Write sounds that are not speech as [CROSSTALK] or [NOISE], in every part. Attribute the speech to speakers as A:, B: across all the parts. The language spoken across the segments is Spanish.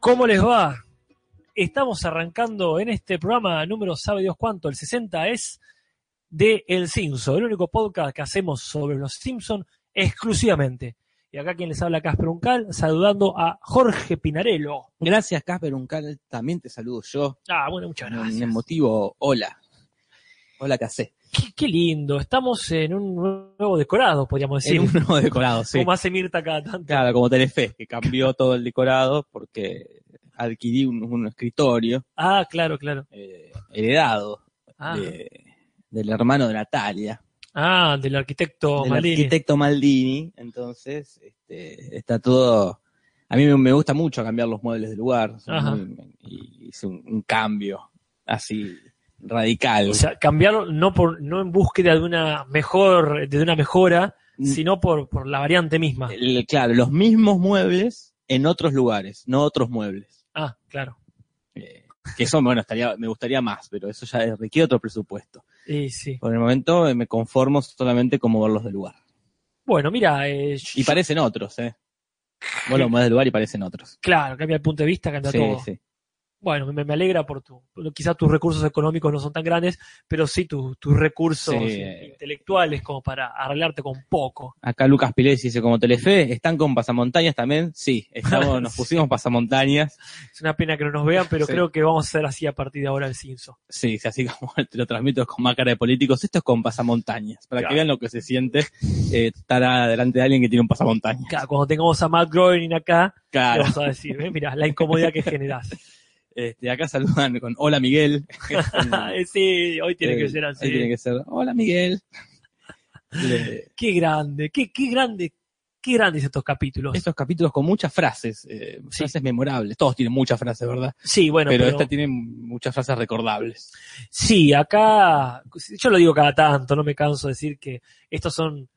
A: ¿Cómo les va? Estamos arrancando en este programa número sabe Dios cuánto, el 60 es de El Simpson, el único podcast que hacemos sobre los Simpson exclusivamente. Y acá quien les habla Casper Uncal, saludando a Jorge Pinarello.
B: Gracias, Casper Uncal. También te saludo yo.
A: Ah, bueno, muchas
B: Un
A: gracias.
B: emotivo hola. Hola, ¿qué hacés?
A: Qué, qué lindo, estamos en un nuevo decorado, podríamos decir.
B: En un nuevo decorado, sí.
A: Como hace Mirta cada tanto.
B: Claro, como Telefe,
A: [LAUGHS]
B: que cambió todo el decorado porque adquirí un, un escritorio
A: Ah, claro, claro.
B: eh, heredado
A: Ah,
B: de- del hermano de Natalia,
A: ah, del arquitecto
B: del
A: Maldini.
B: arquitecto Maldini. Entonces, este, está todo... A mí me- me gusta mucho cambiar los muebles del lugar. Son
A: Ajá.
B: muy- y hice un, un cambio así radical.
A: O sea, cambiarlo no por no en búsqueda de una mejor, de una mejora,
B: Mm.
A: sino por, por la variante misma.
B: El- claro, los mismos muebles en otros lugares, no otros muebles.
A: Ah, claro.
B: Eh, que eso, bueno, estaría, me gustaría más, pero eso ya requiere otro presupuesto.
A: Y sí.
B: Por el momento eh, me conformo solamente con moverlos del lugar.
A: Bueno, mira, eh, yo-
B: Y parecen otros, ¿eh? Vos los mueves del lugar y parecen otros.
A: claro, cambia el punto de vista, cambia
B: Sí,
A: todo.
B: sí.
A: Bueno, me, me alegra por tu. Quizás tus recursos económicos no son tan grandes, pero sí tu- tus recursos
B: Sí.
A: intelectuales como para arreglarte con poco.
B: Acá Lucas Piles dice como Telefe, ¿están con pasamontañas también? Sí, estamos, nos
A: Sí.
B: pusimos pasamontañas.
A: Es una pena que no nos vean, pero
B: Sí.
A: creo que vamos a hacer así a partir de ahora el cinzo.
B: Sí, sí, así como [LAUGHS] te lo transmito con más cara de políticos, esto es con pasamontañas. Para
A: Claro.
B: que vean lo que se siente eh, estar delante de alguien que tiene un pasamontañas.
A: Claro, cuando tengamos a Matt Groening acá, le
B: Claro.
A: vamos a decir, "Ven, mira, la incomodidad que generás.
B: [LAUGHS] Este, acá saludan con
A: [LAUGHS]
B: Hola Miguel.
A: Eh, sí, hoy tiene que ser así.
B: Ahí tiene que ser Hola Miguel. Le-
A: Qué grande, qué, qué grande, qué grandes estos capítulos.
B: estos capítulos con muchas frases, eh,
A: Sí.
B: frases memorables. Todos tienen muchas frases, ¿verdad?
A: Sí, bueno,
B: pero,
A: pero,
B: esta tiene muchas frases recordables.
A: sí, acá, yo lo digo cada tanto, no me canso de decir que estos son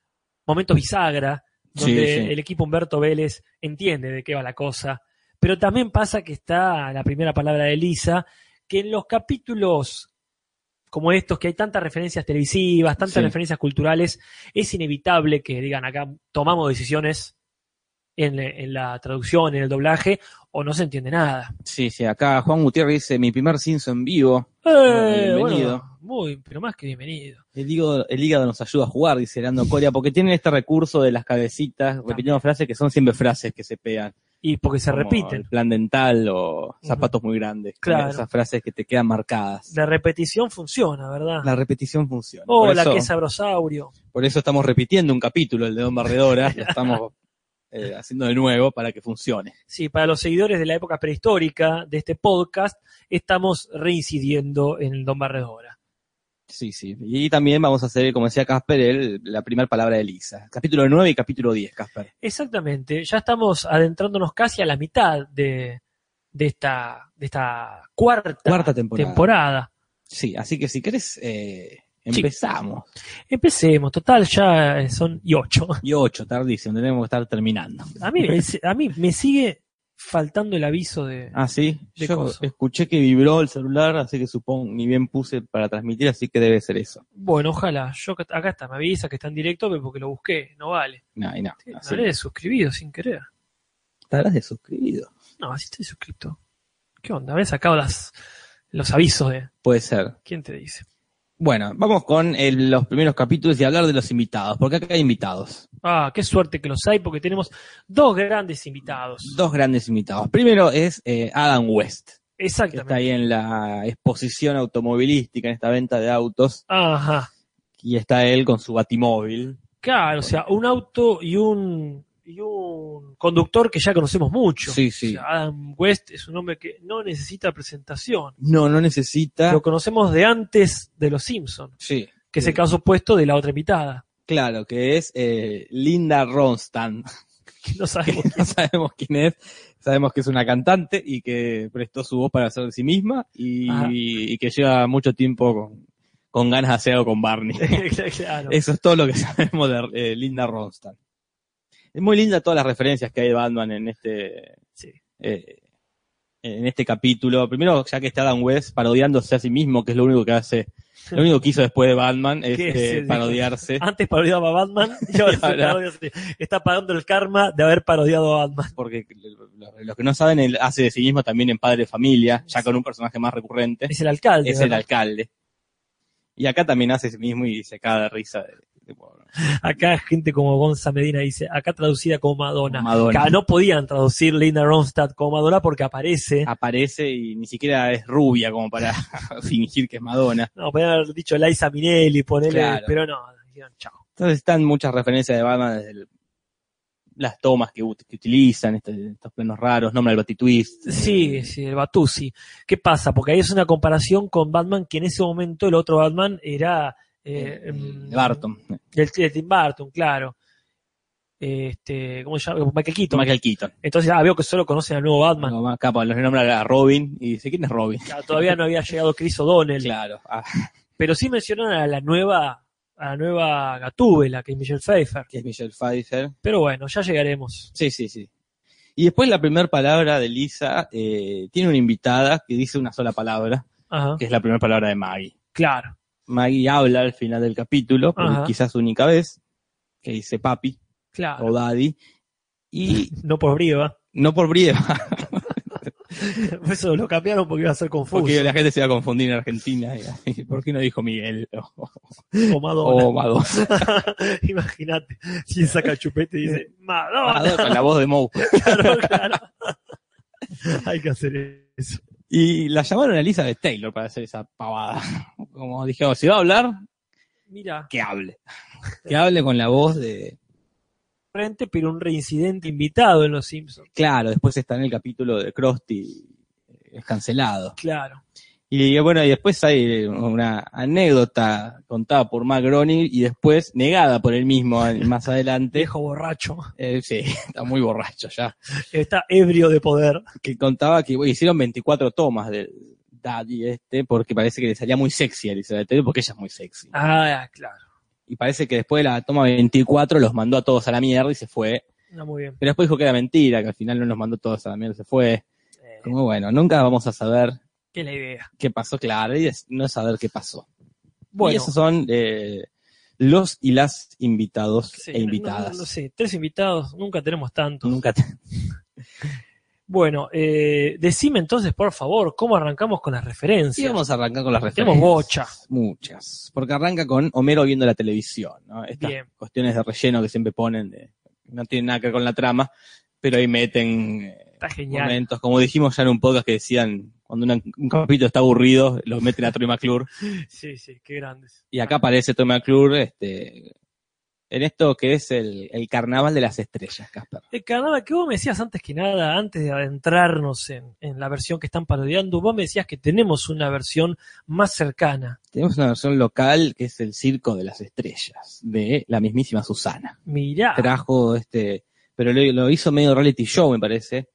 A: momentos bisagra donde
B: Sí, sí.
A: el equipo Humberto Vélez entiende de qué va la cosa. Pero también pasa que está la primera palabra de Elisa, que en los capítulos como estos, que hay tantas referencias televisivas, tantas
B: Sí.
A: referencias culturales, es inevitable que digan acá tomamos decisiones en, la- en la traducción, en el doblaje, o no se entiende nada.
B: Sí, sí, acá Juan Gutiérrez dice, mi primer Simpson en vivo.
A: Eh,
B: bienvenido.
A: bueno, muy, pero más que bienvenido.
B: El hígado, el hígado nos ayuda a jugar, dice Leandro Coria, porque tienen este recurso de las cabecitas, repitiendo frases que son siempre frases que se pegan.
A: Y porque se
B: como
A: repiten.
B: el plan dental o zapatos muy grandes.
A: Claro.
B: Esas frases que te quedan marcadas.
A: La repetición funciona, ¿verdad?
B: La repetición funciona. por,
A: Hola,
B: eso,
A: qué sabrosaurio.
B: por eso estamos repitiendo un capítulo, el de Don
A: [LAUGHS]
B: Barredora, lo estamos eh, haciendo de nuevo para que funcione.
A: Sí, para los seguidores de la época prehistórica de este podcast, estamos reincidiendo en el Don Barredora.
B: Sí, sí. Y también vamos a hacer, como decía Casper, el- la primera palabra de Lisa. Capítulo 9 y capítulo 10, Casper.
A: Exactamente, ya estamos adentrándonos casi a la mitad de, de esta, de esta cuarta,
B: Cuarta temporada.
A: temporada.
B: Sí, así que si querés, eh,
A: Sí.
B: empezamos.
A: Empecemos, total, ya eh, son y ocho.
B: Y 8, tardísimo, tenemos que estar terminando.
A: A mí, a mí me sigue faltando el aviso de...
B: Ah, sí.
A: De
B: Yo
A: coso.
B: escuché que vibró el celular, así que supongo, ni bien puse para transmitir, así que debe ser eso.
A: Bueno, ojalá. Yo que- acá está, me avisa que está en directo pero porque lo busqué, no vale.
B: No, y no.
A: Sí, me
B: así.
A: habré suscribido sin querer.
B: Estarás de suscribido.
A: No, así estoy suscrito. ¿Qué onda? Habré sacado las, los avisos de
B: Puede ser.
A: quién te dice.
B: Bueno, vamos con el- los primeros capítulos y hablar de los invitados, porque acá hay invitados.
A: Ah, qué suerte que los hay porque tenemos dos grandes invitados.
B: Dos grandes invitados. Primero es eh, Adam West, que está
A: Exactamente.
B: ahí en la exposición automovilística, en esta venta de autos,
A: Ajá.
B: y está él con su batimóvil.
A: Claro, o sea, un auto y un y un conductor que ya conocemos mucho.
B: Sí, sí.
A: O sea, Adam West es un hombre que no necesita presentación.
B: No, no necesita.
A: Lo conocemos de antes de los Simpsons,
B: Sí.
A: que es el
B: Sí.
A: caso opuesto de la otra invitada. [LAUGHS]
B: Claro, que es eh, Linda Ronstadt. [LAUGHS]
A: que no
B: que
A: sabemos. [LAUGHS]
B: no sabemos quién es, sabemos que es una cantante y que prestó su voz para hacer de sí misma y,
A: Ajá.
B: y que lleva mucho tiempo con, con ganas de hacer algo con Barney.
A: claro.
B: Eso es todo lo que [LAUGHS] sabemos de eh, Linda Ronstadt. Es muy linda todas las referencias que hay de Batman en este,
A: Sí.
B: eh, en este capítulo. Primero, ya que está Adam West parodiándose a sí mismo, que es lo único que hace Lo único que hizo después de Batman es
A: Sí, Ah.
B: eh,
A: sí,
B: parodiarse.
A: [LAUGHS] Antes parodiaba a Batman y [LAUGHS] ahora,
B: Y ahora-
A: se parodia a sí. está pagando el karma de haber parodiado a Batman.
B: Porque lo- los que no saben, él hace de sí mismo también en Padre de Familia, ya con un personaje más recurrente.
A: Es el alcalde.
B: Es el
A: ¿verdad?
B: alcalde. Y acá también hace sí mismo y se caga de risa. De, de- bueno,
A: Acá gente como Gonza Medina dice, acá traducida como Madonna.
B: Madonna.
A: Acá no podían traducir Linda Ronstadt como Madonna porque aparece.
B: [LAUGHS] Aparece y ni siquiera es rubia como para [LAUGHS] fingir que es Madonna.
A: No, podían haber dicho Liza Minelli, ponele,
B: Claro.
A: pero no, dijeron chao.
B: Entonces están muchas referencias de Batman desde el- las tomas que, ut- que utilizan, este- estos planos raros, nombra el Batitwist.
A: Sí, sí, el Batusi. Eh, ¿Qué pasa? Porque ahí es una comparación con Batman, que en ese momento el otro Batman era... eh,
B: el
A: mm,
B: de Barton. eh,
A: El, el Tim Burton, claro. Este, ¿cómo se llama? Michael Keaton.
B: Michael Keaton.
A: Entonces, ah, veo que solo conocen al nuevo Batman.
B: Lo más capa, los nombra a Robin y dice, ¿quién es Robin?
A: Claro, todavía no había llegado Chris O'Donnell.
B: Claro. Ah, [LAUGHS]
A: Pero sí mencionaron a la nueva, a la nueva Gatúbela, que es Michelle Pfeiffer.
B: que es Michelle Pfeiffer.
A: Pero bueno, ya llegaremos.
B: Sí, sí, sí. Y después la primera palabra de Lisa eh, tiene una invitada que dice una sola palabra,
A: Ajá,
B: que es la primera palabra de Maggie.
A: claro.
B: Maggie habla al final del capítulo, por
A: Ajá. Ah.
B: quizás única vez, que dice papi
A: Claro.
B: o daddy, y
A: No por ¿eh? brieva.
B: no por brieva,
A: [LAUGHS] Eso lo cambiaron porque iba a ser confuso.
B: porque la gente se va a confundir en Argentina. y, [LAUGHS] ¿Por qué no dijo Miguel o,
A: O Madonna.
B: o Madonna?
A: [LAUGHS] Imagínate. Si saca el chupete y dice, Madonna.
B: Madonna Con la voz de Moe.
A: [LAUGHS] Claro, [LAUGHS] claro. Hay que hacer eso.
B: Y la llamaron a Elizabeth Taylor para hacer esa pavada. [LAUGHS] Como dijeron, si va a hablar,
A: Mira.
B: que hable. Que hable con la voz de,
A: frente, pero un reincidente invitado en Los Simpsons.
B: Claro, después está en el capítulo de Krusty, eh, es cancelado.
A: Claro.
B: Y bueno, y después hay una anécdota contada por Matt Groening y después negada por él mismo eh, más adelante.
A: Viejo borracho.
B: Eh, sí, [LAUGHS] está muy borracho ya.
A: Está ebrio de poder.
B: Que contaba que bueno, hicieron 24 tomas del Daddy este porque parece que le salía muy sexy a Elizabeth Taylor porque ella es muy sexy.
A: Ah, claro.
B: Y parece que después de la toma 24 los mandó a todos a la mierda y se fue.
A: No, muy bien.
B: Pero después dijo que era mentira, que al final no los mandó todos a la mierda y se fue.
A: Eh,
B: Como bueno, nunca vamos a saber
A: ¿Qué es la idea?
B: qué pasó, claro, y es- no es saber qué pasó.
A: Bueno,
B: y esos son eh, los y las invitados
A: sí,
B: e invitadas.
A: No, no- no sé, tres invitados, nunca tenemos tantos.
B: Nunca te-
A: Bueno, eh, decime entonces, por favor, cómo arrancamos con las
B: [LAUGHS] Sí,
A: referencias.
B: vamos a arrancar con las
A: Tenemos
B: referencias.
A: bocha.
B: Muchas. Porque arranca con Homero viendo la televisión, ¿no? Estas
A: Bien.
B: cuestiones de relleno que siempre ponen, de- no tienen nada que ver con la trama, pero ahí meten eh,
A: Está genial.
B: momentos. Como dijimos ya en un podcast que decían, cuando una- un capítulo está aburrido, lo meten a Troy McClure.
A: Sí, sí, qué grandes.
B: Y acá aparece Troy McClure este, en esto que es el, el carnaval de las estrellas, Casper.
A: El carnaval Eh, que vos me decías antes que nada, antes de adentrarnos en, en la versión que están parodiando, vos me decías que tenemos una versión más cercana.
B: Tenemos una versión local que es el Circo de las Estrellas, de la mismísima Susana.
A: Mirá.
B: Trajo este, pero lo, lo hizo medio reality show, me parece,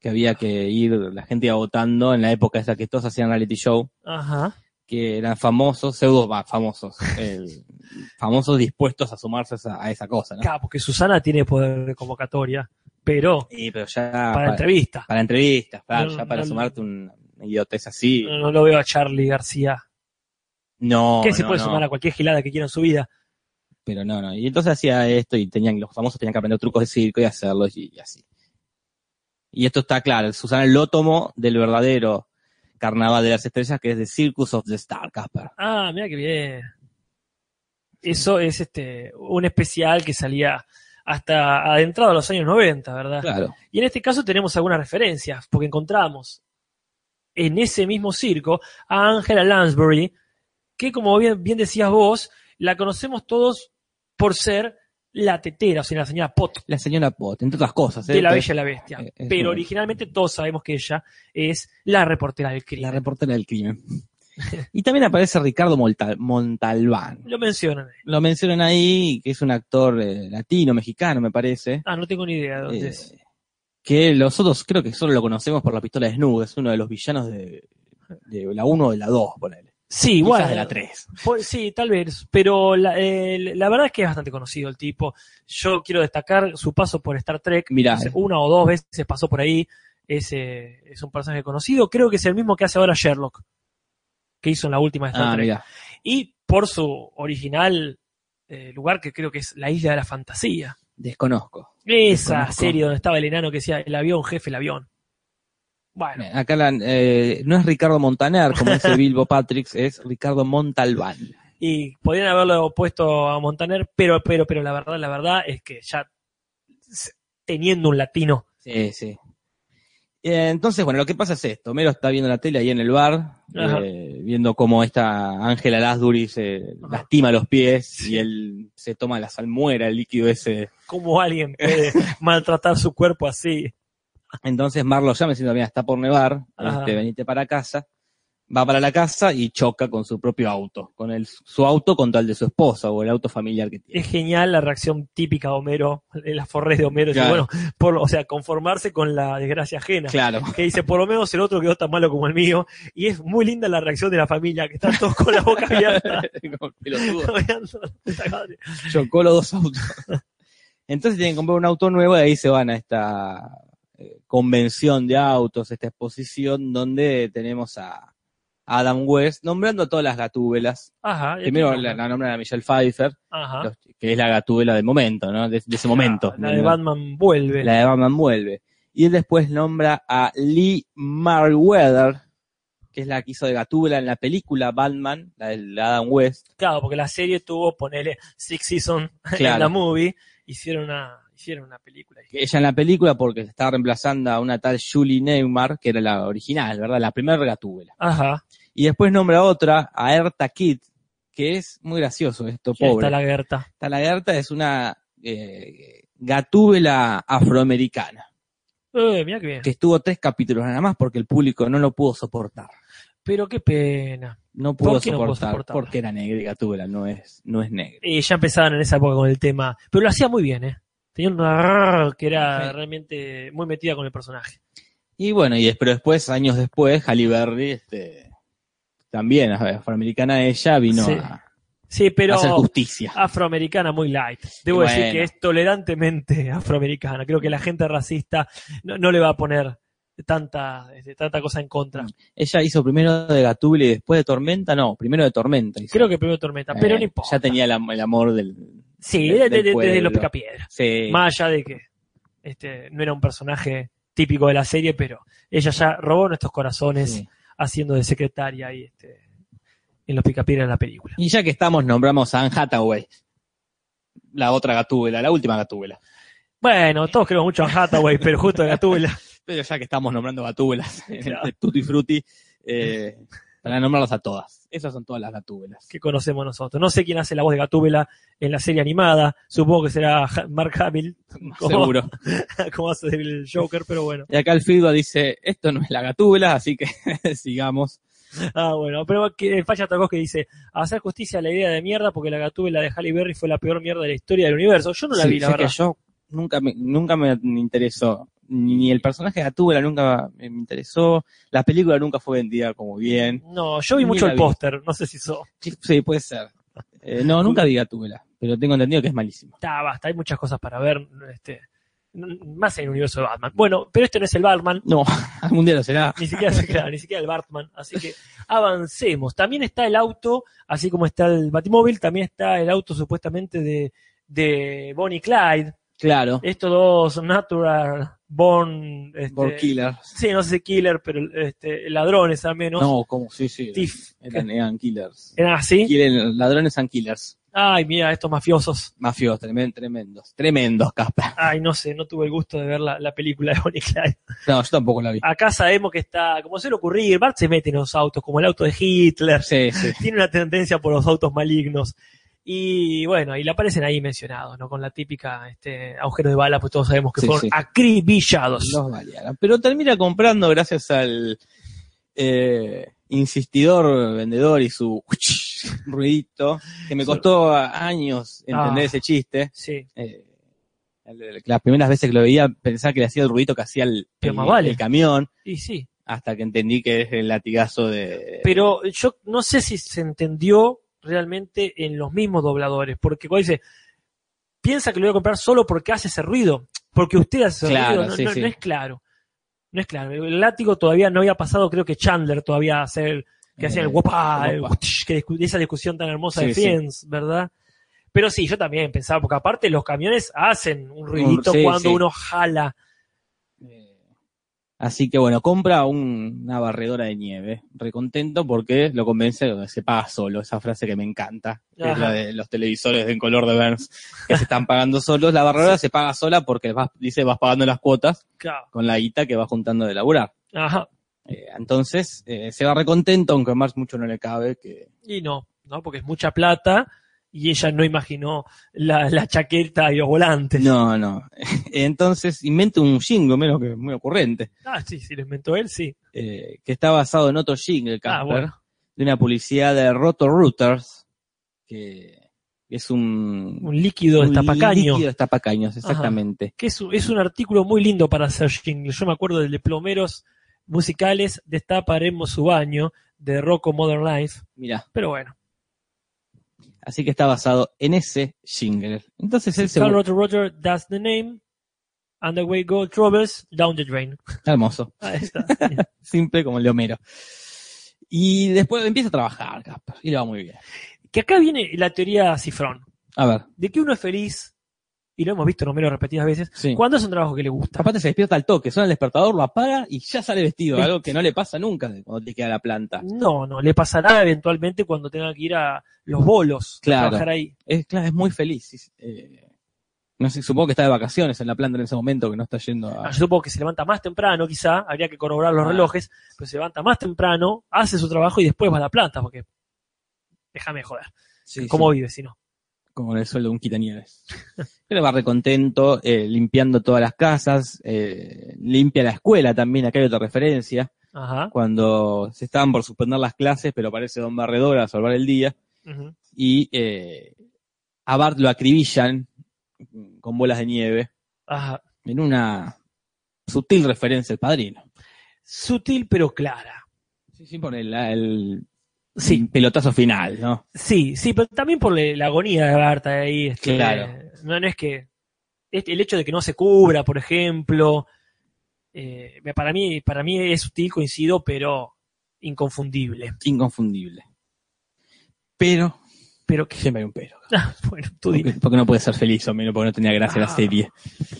B: que había que ir, la gente iba votando en la época esa que todos hacían reality show,
A: Ajá.
B: Ah. que eran famosos, pseudo va,
A: [LAUGHS]
B: famosos, el- famosos dispuestos a sumarse a esa, a esa cosa, ¿no?
A: Claro, porque Susana tiene poder de convocatoria, pero
B: Y, pero ya Ah, para,
A: para entrevista.
B: para entrevistas, para,
A: No,
B: ya para
A: no,
B: sumarte un idiotez así,
A: No, no lo veo a Charlie García.
B: no,
A: que se
B: no,
A: puede
B: no.
A: sumar a cualquier gilada que quiera en su vida.
B: pero no, no. Y entonces hacía esto y tenían, los famosos tenían que aprender trucos de circo y hacerlo y, y así. Y esto está claro, Susana lo tomó del verdadero carnaval de las estrellas que es The Circus of the Star, Casper.
A: Ah, mira qué bien. Eso es este un especial que salía hasta adentrado a los años 90, ¿verdad?
B: Claro.
A: Y en este caso tenemos algunas referencias, porque encontramos en ese mismo circo a Angela Lansbury, que como bien, bien decías vos, la conocemos todos por ser la tetera, o sea, la señora Pot
B: La señora Pot, entre otras cosas. ¿eh?
A: de la
B: Entonces,
A: Bella y la Bestia.
B: eh, es
A: Pero
B: una-
A: originalmente todos sabemos que ella es la reportera del crimen.
B: La reportera del crimen. y también aparece Ricardo Molta- Montalbán.
A: Lo mencionan. ahí.
B: Lo mencionan ahí, que es un actor eh, latino, mexicano, me parece.
A: Ah, no tengo ni idea de dónde es.
B: Eh, que nosotros creo que solo lo conocemos por la pistola de Snoop, es uno de los villanos de, de la 1 o de la 2, ponele.
A: Sí,
B: Igual
A: igual.
B: de la 3.
A: Pues, sí, tal vez. Pero la, eh, la verdad es que es bastante conocido el tipo. Yo quiero destacar su paso por Star Trek.
B: Mirá,
A: No sé,
B: eh.
A: Una o dos veces pasó por ahí. Es, eh, es un personaje conocido. Creo que es el mismo que hace ahora Sherlock. Que hizo en la última de Star
B: Ah,
A: Trek.
B: mira.
A: y por su original eh, lugar que creo que es la Isla de la Fantasía.
B: Desconozco.
A: Esa
B: Desconozco.
A: serie donde estaba el enano que decía el avión, jefe, el avión. Bueno,
B: Eh, Acá la- eh, no es Ricardo Montaner, como
A: [LAUGHS]
B: dice Bilbo Patricks, es Ricardo Montalbán.
A: y podían haberlo puesto a Montaner, pero, pero, pero la verdad, la verdad es que ya s- teniendo un latino,
B: Sí, sí. Eh, Entonces, bueno, lo que pasa es esto. Mero está viendo la tele ahí en el bar,
A: Ajá.
B: eh, viendo cómo esta Ángela Lasduri se
A: Ajá.
B: lastima los pies
A: Sí.
B: y él se toma la salmuera, el líquido ese.
A: ¿cómo alguien
B: [LAUGHS]
A: puede maltratar su cuerpo así?
B: Entonces Marlo llama diciendo, mira, está por nevar,
A: Ajá.
B: este, venite para casa. Va para la casa y choca con su propio auto, con el, su auto contra el de su esposa o el auto familiar que tiene.
A: Es genial la reacción típica de Homero, en las forres de Homero, dice,
B: Claro.
A: bueno, por, o sea, conformarse con la desgracia ajena. [LAUGHS]
B: Claro. [LAUGHS]
A: que dice, por lo menos el otro quedó tan malo como el mío. Y es muy linda la reacción de la familia, que están todos con la boca
B: [LAUGHS]
A: abierta.
B: Como pelotudo.
A: mirando la puta madre.
B: Chocó los dos autos. Entonces tienen que comprar un auto nuevo y ahí se van a esta eh, convención de autos, esta exposición donde tenemos a Adam West nombrando a todas las gatúbelas.
A: Ajá. y aquí
B: Primero
A: no.
B: la, la nombran a Michelle Pfeiffer,
A: Ajá.
B: los- que es la gatúbela del momento, ¿no? De, de ese momento.
A: Ah. La, la de Batman vuelve.
B: La de Batman vuelve. Y él después nombra a Lee Marweather, que es la que hizo de gatúbela en la película Batman, la de Adam West.
A: Claro, porque la serie tuvo, ponele, Six Seasons [LAUGHS] en
B: Claro.
A: la movie. Hicieron una, hicieron una película.
B: que ella en la película porque se estaba reemplazando a una tal Julie Neymar, que era la original, ¿verdad? La primera gatúbela.
A: Ajá.
B: Y después nombra otra, a Erta Kitt, que es muy gracioso esto,
A: Y ahí
B: pobre.
A: está la Gerta.
B: Esta la Erta es una eh, gatúbela afroamericana,
A: Eh, mira qué bien.
B: que estuvo tres capítulos nada más porque el público no lo pudo soportar.
A: Pero qué pena.
B: No pudo
A: ¿Por qué no
B: soportar,
A: pudo soportarla?
B: porque era negra y gatúbela, no es, no es negra.
A: Eh, ya empezaban en esa época con el tema. Pero lo hacía muy bien, ¿eh? Tenía una que era
B: Sí.
A: realmente muy metida con el personaje.
B: Y bueno, y des- pero después, años después, Halle Berry, este, también afroamericana ella, vino
A: Sí,
B: a,
A: Sí, pero.
B: a hacer justicia.
A: afroamericana muy light. Debo
B: Y
A: decir
B: bueno.
A: que es tolerantemente [LAUGHS] afroamericana. Creo que la gente racista no, no le va a poner tanta, este, tanta cosa en contra.
B: Ella hizo primero de Gatúbela y después de Tormenta, no, primero de Tormenta. hizo.
A: Creo que primero Tormenta, pero
B: Eh,
A: no importa.
B: Ya tenía el, am- el amor del.
A: sí,
B: del-
A: de- de-
B: del
A: de- desde
B: pueblo.
A: los picapiedras.
B: Sí,
A: Más allá de que este, no era un personaje típico de la serie, pero ella ya robó nuestros corazones
B: sí.
A: haciendo de secretaria y este, en los picapiedras en la película.
B: Y ya que estamos, nombramos a Anne Hathaway. La otra Gatúbela, la última Gatúbela.
A: Bueno, todos queremos mucho a Hathaway, pero justo la tuve la-
B: Pero ya que estamos nombrando [LAUGHS] Gatúbelas,
A: Claro.
B: de Tutti Frutti, eh, para nombrarlas a todas. Esas son todas las Gatúbelas.
A: que conocemos nosotros. No sé quién hace la voz de Gatúbela en la serie animada. Supongo que será Ha- Mark Hamill, [LAUGHS] ¿Cómo?
B: [LAUGHS] Seguro.
A: como hace el Joker, pero bueno.
B: Y acá el Fidua dice: Esto no es la Gatúbela, así que [LAUGHS] sigamos.
A: Ah, bueno. Pero que, eh, Falla Tacos que dice, hacer justicia a la idea de mierda porque la Gatúbela de Halle Berry fue la peor mierda de la historia del universo. Yo no la
B: Sí,
A: vi, la
B: sé que
A: verdad.
B: yo nunca me, nunca me interesó. Ni, ni el personaje de Gatúbela nunca me interesó. La película nunca fue vendida como bien.
A: No, yo vi
B: Ni
A: mucho
B: la
A: el
B: vi.
A: póster, no sé si eso.
B: Sí, Sí, puede ser. Eh, no, nunca vi Gatúbela, pero tengo entendido que es malísima.
A: Está, basta, hay muchas cosas para ver, este, n- más en el universo de Batman. Bueno, pero este no es el Batman,
B: No, algún día lo será.
A: ni siquiera, [LAUGHS] claro, ni siquiera el Batman, así que avancemos. También está el auto, así como está el Batimóvil, también está el auto supuestamente de, de Bonnie y Clyde,
B: Claro,
A: estos dos natural born, este,
B: por Killer.
A: sí, no sé si killer, pero este, ladrones al menos,
B: No, como, sí, sí.
A: Thief,
B: Eran, eran killers.
A: eran así.
B: Quieren- ladrones and killers.
A: Ay, mira, estos mafiosos.
B: Mafiosos, tremen- tremendos. Tremendos, Casper.
A: Ay, no sé, no tuve el gusto de ver la, la película de Bonnie y Clyde.
B: No, yo tampoco la vi.
A: Acá sabemos que está, como suele ocurrir, Bart se mete en los autos, como el auto de Hitler,
B: Sí, sí.
A: tiene una tendencia por los autos malignos. Y bueno, y le aparecen ahí mencionados, ¿no? Con la típica este, agujero de bala, pues todos sabemos que
B: Sí,
A: fueron
B: sí.
A: acribillados.
B: Los balearon. Pero termina comprando gracias al eh, insistidor vendedor y su [LAUGHS] ruidito, que me costó años entender
A: Ah.
B: ese chiste.
A: Sí,
B: Eh, el- el- las primeras veces que lo veía pensaba que le hacía el ruidito que hacía el,
A: Pero
B: el-
A: más vale.
B: el camión,
A: y sí.
B: hasta que entendí que es el latigazo de...
A: Pero yo no sé si se entendió realmente en los mismos dobladores, porque cuando dice, piensa que lo voy a comprar solo porque hace ese ruido, porque usted hace ese
B: Claro,
A: ruido, no,
B: sí,
A: no-
B: sí.
A: no es claro. No es claro. El látigo todavía no había pasado, creo que Chandler todavía a hacer que hacían
B: Eh,
A: el guapa,
B: el
A: el
B: guapa.
A: guatish, que discu- esa discusión tan hermosa de
B: Sí, sí.
A: Friends, ¿verdad? Pero sí, yo también pensaba, porque aparte los camiones hacen un ruidito
B: sí,
A: cuando
B: sí.
A: uno jala.
B: Eh, Así que bueno, compra un- una barredora de nieve. Recontento porque lo convence de que se paga solo. Esa frase que me encanta. que es
A: Ajá.
B: la de los televisores en color de Burns que se están pagando solos. La barredora se paga sola porque vas- dice vas pagando las cuotas
A: Claro.
B: con la guita que vas juntando de laburar.
A: Ajá.
B: Eh, entonces eh, se va recontento, aunque a Marx mucho no le cabe. que
A: Y no, ¿no? Porque es mucha plata y ella no imaginó la, la chaqueta y los volantes.
B: No, no. [LAUGHS] Entonces inventa un jingo, menos que es muy ocurrente,
A: Ah, sí, si lo inventó él, sí.
B: eh, que está basado en otro jingle,
A: Ah,
B: Casper,
A: bueno.
B: de una publicidad de Roto Rooters, que es un,
A: Un líquido
B: un
A: de tapacaño.
B: líquido de estapacaños, exactamente.
A: que es, un- es un artículo muy lindo para hacer jingle. Yo me acuerdo del de plomeros musicales, destaparemos su baño, de Rocco Modern Life,
B: Mira,
A: pero bueno.
B: así que está basado en ese jingle. Entonces él se
A: Carl Roger Roger, that's the name, and the way go troubles down the drain.
B: hermoso,
A: Ahí
B: [LAUGHS]
A: está.
B: simple como el de Homero. Y después empieza a trabajar, Casper, y le va muy bien.
A: que acá viene la teoría cifrón,
B: A ver,
A: de que uno es feliz, y lo hemos visto en Homero repetidas veces,
B: sí.
A: cuando es un trabajo que le gusta.
B: Aparte se despierta al toque, suena el despertador, lo apaga y ya sale vestido, algo que no le pasa nunca de cuando te queda la planta.
A: No, no, le pasará eventualmente cuando tenga que ir a los bolos a
B: Claro.
A: trabajar ahí.
B: Es, claro, es muy feliz. es, eh, no sé, supongo que está de vacaciones en la planta en ese momento que no está yendo a...
A: Ah, Yo supongo que se levanta más temprano, quizá, habría que corroborar los
B: Ah.
A: relojes, pero se levanta más temprano, hace su trabajo y después va a la planta, porque déjame de joder.
B: Sí,
A: ¿Cómo
B: sí,
A: vive si no?
B: como el sueldo de un quitanieves. Pero va recontento, eh, limpiando todas las casas, eh, limpia la escuela también, acá hay otra referencia,
A: Ajá.
B: cuando se estaban por suspender las clases, pero aparece Don Barredora a salvar el día,
A: ujú.
B: y eh, a Bart lo acribillan con bolas de nieve.
A: Ajá.
B: en una sutil referencia al padrino.
A: Sutil pero clara.
B: Sí, sí, por el, el
A: Sí,
B: pelotazo final, ¿no?
A: sí, sí, pero también por la, la agonía de Barta ahí. este,
B: Claro.
A: No, no es que. este, el hecho de que no se cubra, por ejemplo. eh, para, mí, para mí es sutil, coincido, pero inconfundible.
B: Inconfundible. Pero,
A: Pero que.
B: siempre hay un pero.
A: [LAUGHS] Ah, bueno, tú
B: Porque,
A: dime.
B: porque no puede ser feliz, o menos porque no tenía gracia la
A: Ah.
B: serie.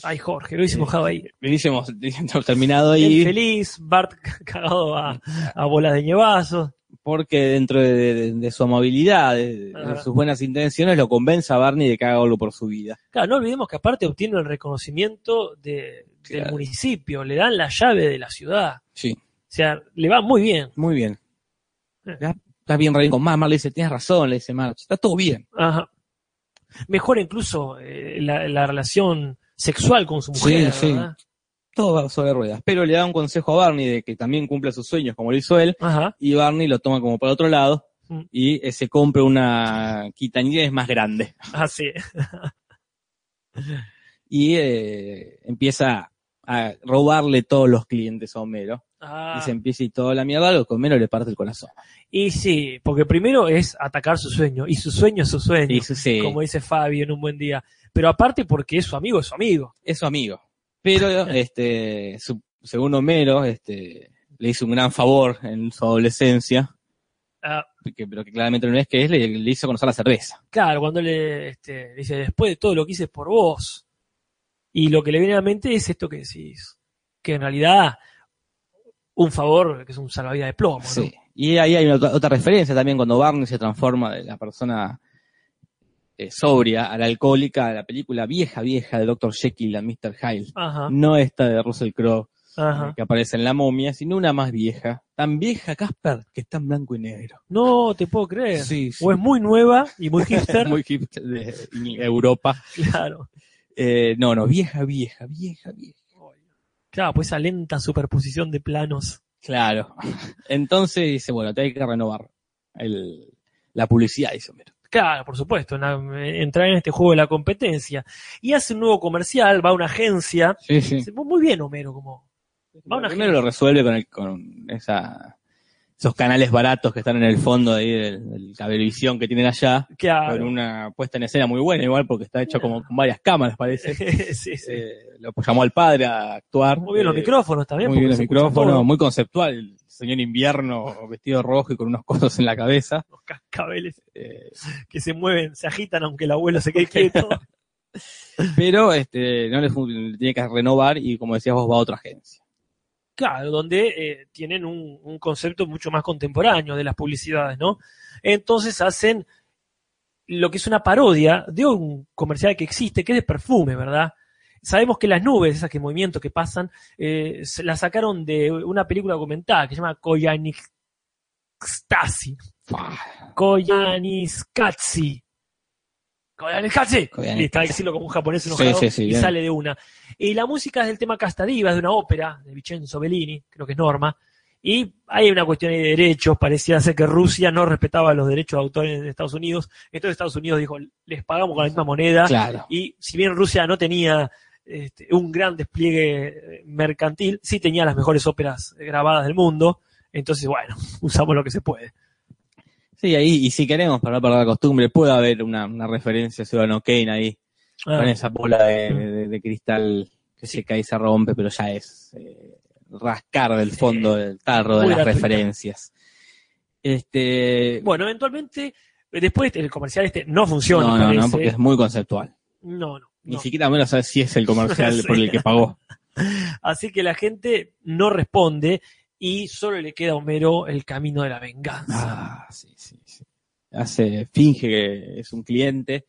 A: Ay, Jorge, lo hice mojado ahí.
B: Y Hubiésemos [LAUGHS] terminado
A: Él
B: Eh, ahí,
A: feliz, Bart [LAUGHS] cagado a, a bolas de ñevazos.
B: porque dentro de, de- de su amabilidad, de, de
A: Ajá.
B: sus buenas intenciones, lo convence a Barney de que haga algo por su vida.
A: Claro, no olvidemos que aparte obtiene el reconocimiento de- del
B: Claro.
A: municipio, le dan la llave de la ciudad.
B: Sí,
A: O sea, le va muy bien.
B: muy bien.
A: Eh.
B: Ya Está bien reír con Mar, le dice, tienes razón, le dice March, está todo bien.
A: Ajá. Mejora incluso eh, la, la relación sexual con su mujer.
B: Sí, sí.
A: ¿verdad?
B: Todo va sobre ruedas. Pero le da un consejo a Barney de que también cumpla sus sueños, como lo hizo él,
A: Ajá.
B: y Barney lo toma como para otro lado
A: Mm.
B: y eh, se compra una quitanieves más grande
A: Así.
B: y eh, empieza a robarle todos los clientes a Homero
A: Ah,
B: y se empieza y toda la mierda, lo que Homero le parte el corazón.
A: y sí, porque primero es atacar su sueño, y su sueño es su sueño,
B: Y sucede,
A: como dice Fabio en un buen día. Pero aparte porque es su amigo, es su amigo.
B: es su amigo. Pero este, su- según Homero, este, le hizo un gran favor en su adolescencia,
A: Ah,
B: que, pero que claramente no es que es, le, le hizo conocer la cerveza.
A: Claro, cuando le este, dice, después de todo lo que hice por vos, y lo que le viene a la mente es esto que decís, que en realidad un favor, que es un salvavidas de plomo, ¿no?
B: Sí. Y ahí hay otra, otra referencia también cuando Barney se transforma de la persona eh, sobria a la alcohólica, a la película vieja, vieja de Dr. Jekyll a Mr. Hyde.
A: Ajá,
B: No esta de Russell Crowe eh,
A: ajá.
B: que aparece en La momia, sino una más vieja. Tan vieja, Casper, que está en blanco y negro.
A: No te puedo creer.
B: Sí,
A: O es muy nueva y [LAUGHS] muy hipster,
B: Muy hipster de Europa.
A: claro.
B: Eh, no, no, vieja, vieja, vieja, vieja.
A: Claro, pues esa lenta superposición de planos.
B: Claro. [LAUGHS] Entonces dice, bueno, te hay que renovar el, la publicidad, dice Homero.
A: Claro, por supuesto, en la- entrar en este juego de la competencia. Y hace un nuevo comercial, va a una agencia.
B: Sí, sí.
A: Dice, Muy bien, Homero, como... Va una
B: primero lo resuelve con, el- con esa esos canales baratos que están en el fondo ahí del, del cablevisión que tienen allá, con
A: Claro.
B: una puesta en escena muy buena igual, porque está hecho como con varias cámaras, parece.
A: [LAUGHS] sí, sí.
B: Eh, lo llamó al padre a actuar.
A: Muy bien los
B: eh,
A: micrófonos también.
B: Muy bien
A: porque
B: los
A: se escucha
B: micrófonos,
A: todo.
B: muy conceptual. El señor invierno vestido de rojo y con unos cosos en la cabeza.
A: Los cascabeles
B: Eh,
A: que se mueven, se agitan aunque el abuelo se quede quieto.
B: [LAUGHS] pero este no le, fun- le tiene que renovar y como decías vos va a otra agencia.
A: Claro, donde eh, tienen un, un concepto mucho más contemporáneo de las publicidades, ¿no? Entonces hacen lo que es una parodia de un comercial que existe, que es de perfume, ¿verdad? Sabemos que las nubes, esas que movimientos que pasan, eh, se- las sacaron de una película documentada que se llama Koyanistasi,
B: Fua,
A: Ah, Koyaniskatsi. Koyaniskatsi.
B: Koyaanis-
A: Y está decirlo como un japonés
B: Sí,
A: enojado
B: sí, sí,
A: y
B: bien.
A: sale de una. Y la música es del tema Castadiva, es de una ópera de Vincenzo Bellini, creo que es Norma. Y hay una cuestión ahí de derechos, parecía ser que Rusia no respetaba los derechos de autor en Estados Unidos. Entonces Estados Unidos dijo, les pagamos con la misma moneda.
B: Claro.
A: Y si bien Rusia no tenía este, un gran despliegue eh, mercantil, sí tenía las mejores óperas eh, grabadas del mundo. Entonces, bueno, [LAUGHS] usamos lo que se puede.
B: Sí, ahí, y si queremos, para no perder la costumbre, puede haber una, una referencia a Ciudadano Kane ahí,
A: Ah,
B: con esa bola de, de- de cristal que se cae y se rompe, pero ya es eh, rascar del fondo del tarro de
A: Muy
B: las
A: gratuita.
B: referencias. Este,
A: Bueno, eventualmente, eh, después el comercial este no funciona.
B: no, no, no,
A: parece.
B: porque es muy conceptual.
A: No, no,
B: Ni
A: no.
B: siquiera menos sabe si es el comercial
A: [LAUGHS] Sí.
B: por el que pagó.
A: Así que la gente no responde y solo le queda a Homero el camino de la venganza.
B: Ah, sí, sí, sí. Hace, finge que es un cliente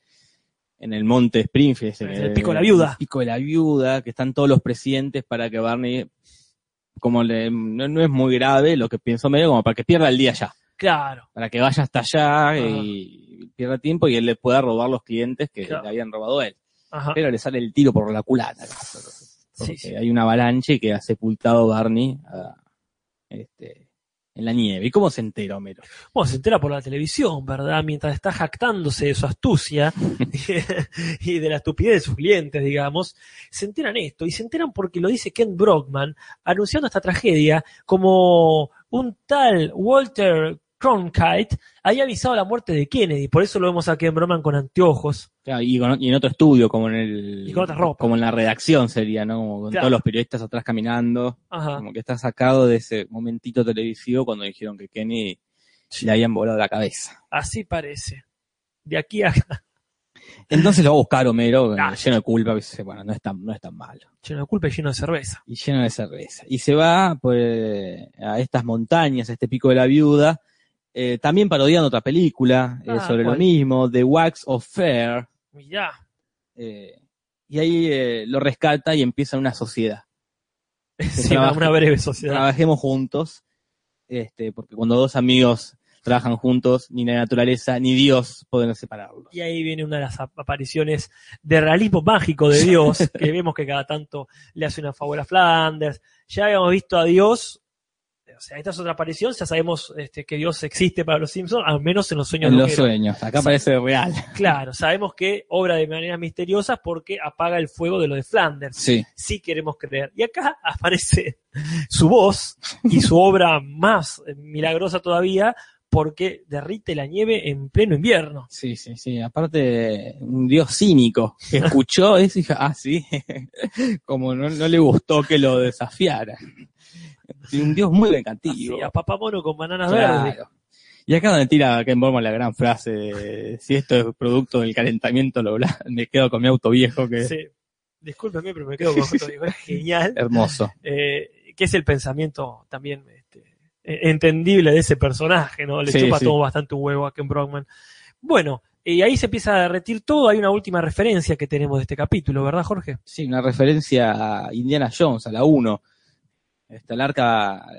B: en el monte Springfield. ese
A: En
B: que-
A: el pico de la viuda.
B: el pico de la viuda, que están todos los presidentes para que Barney, como le, no, no es muy grave lo que pienso medio, como para que pierda el día allá.
A: Claro,
B: Para que vaya hasta allá y pierda tiempo y él le pueda robar los clientes que
A: Claro.
B: le habían robado a él.
A: ajá.
B: Pero eh, le sale el tiro por la culata. Porque
A: Sí, sí.
B: hay una avalanche que ha sepultado Barney a- este, en la nieve. ¿Y cómo se entera Homero?
A: Bueno, se entera por la televisión, ¿verdad? Mientras está jactándose de su astucia y de la estupidez de sus clientes, digamos, se enteran esto y se enteran porque lo dice Ken Brockman anunciando esta tragedia como un tal Walter Cronkite había avisado la muerte de Kennedy, por eso lo vemos a Ken Brockman con anteojos.
B: Claro, y, con- y en otro estudio, como en el.
A: Y con otra ropa.
B: Como en la redacción sería, ¿no? Como con
A: Claro.
B: todos los periodistas atrás caminando.
A: Ajá.
B: Como que está sacado de ese momentito televisivo cuando dijeron que Kenny le habían volado la cabeza.
A: Así parece. De aquí a
B: Entonces lo va a buscar Homero,
A: Ah.
B: lleno de culpa, que dice, bueno, no es tan, no es tan malo.
A: lleno de culpa y lleno de cerveza.
B: y lleno de cerveza. Y se va por, eh, a estas montañas, a este pico de la viuda, eh, también parodiando otra película eh,
A: Ah,
B: sobre
A: ¿cuál?
B: lo mismo, The Wax of Fair,
A: Mirá, [LAUGHS]
B: eh, y ahí eh, lo rescata y empieza una sociedad.
A: sí,
B: trabaja-
A: una breve sociedad.
B: Trabajemos juntos, este, porque cuando dos amigos trabajan juntos, ni la naturaleza ni Dios pueden separarlos.
A: Y ahí viene una de las ap- apariciones de realismo mágico de
B: [LAUGHS]
A: Dios, que vemos que cada tanto le hace una favor a Flanders. Ya habíamos visto a Dios. O sea, esta es otra aparición, ya sabemos este, que Dios existe para los Simpsons, al menos en los sueños
B: En
A: de
B: los
A: Homero.
B: sueños, acá parece real.
A: Claro, sabemos que obra de maneras misteriosas porque apaga el fuego de lo de Flanders.
B: Sí.
A: sí queremos creer. Y acá [LAUGHS] aparece su voz y su obra más eh, milagrosa todavía, porque derrite la nieve en pleno invierno.
B: Sí, sí, sí. Aparte, un dios
A: [LAUGHS]
B: cínico que escuchó eso y dijo, ah, sí, [LAUGHS] como no, no le gustó que lo desafiara. Sí, Un dios muy vengativo.
A: Así, a papá mono con bananas
B: Claro.
A: verdes.
B: Y acá donde tira Ken Borman la gran frase de, si esto es producto del calentamiento global, [LAUGHS] me quedo con mi auto viejo que es
A: Sí. Discúlpeme,
B: [LAUGHS]
A: pero me quedo con esto. digo, Es genial.
B: hermoso.
A: Eh, que es el pensamiento también este, eh, entendible de ese personaje, ¿no? Le
B: Sí,
A: chupa
B: sí.
A: todo bastante un huevo a Ken Brockman. Bueno, y ahí se empieza a derretir todo. Hay una última referencia que tenemos de este capítulo, ¿verdad, Jorge?
B: Sí, una referencia a Indiana Jones, a la 1. Está el arca, al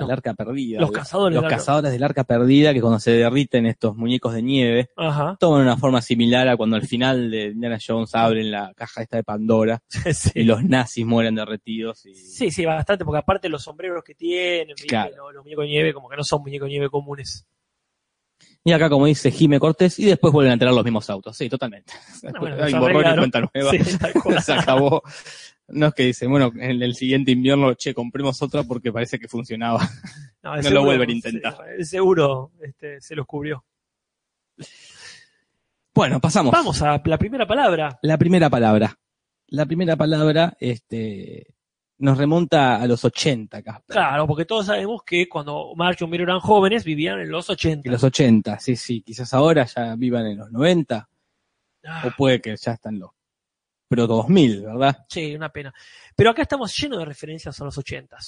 A: Los-
B: arca perdida.
A: Los
B: la-
A: cazadores.
B: los
A: del arca.
B: cazadores del arca perdida que cuando se derriten estos muñecos de nieve,
A: Ajá. [LAUGHS]
B: toman una forma similar a cuando al final de Indiana Jones abren la caja esta de Pandora
A: Sí.
B: y los nazis mueren derretidos. Y...
A: Sí, sí, bastante, porque aparte los sombreros que tienen, ¿viste?
B: Claro.
A: Los, los muñecos de nieve, como que no son muñecos de nieve comunes.
B: Y acá, como dice Jime Cortés, y después vuelven a tener los mismos autos. Sí, totalmente.
A: Ah, bueno,
B: Hay
A: se
B: borrón y [LAUGHS]
A: arreglaron.
B: cuenta nueva.
A: Sí, tal cual.
B: Se acabó. No es que dicen, bueno, en el siguiente invierno, che, compremos otra porque parece que funcionaba. [LAUGHS]
A: No,
B: lo
A: seguro-
B: vuelven a intentar.
A: se- Seguro este, se los cubrió.
B: Bueno, pasamos.
A: Vamos a la primera palabra.
B: La primera palabra. La primera palabra, este, nos remonta a los 80, Casper.
A: Claro, porque todos sabemos que cuando March y Homero eran jóvenes vivían en los 80.
B: En los 80, sí, sí. Quizás ahora ya vivan en los 90,
A: Ah,
B: o puede que ya están los pro 2000, ¿verdad?
A: che, una pena. Pero acá estamos llenos de referencias a los 80.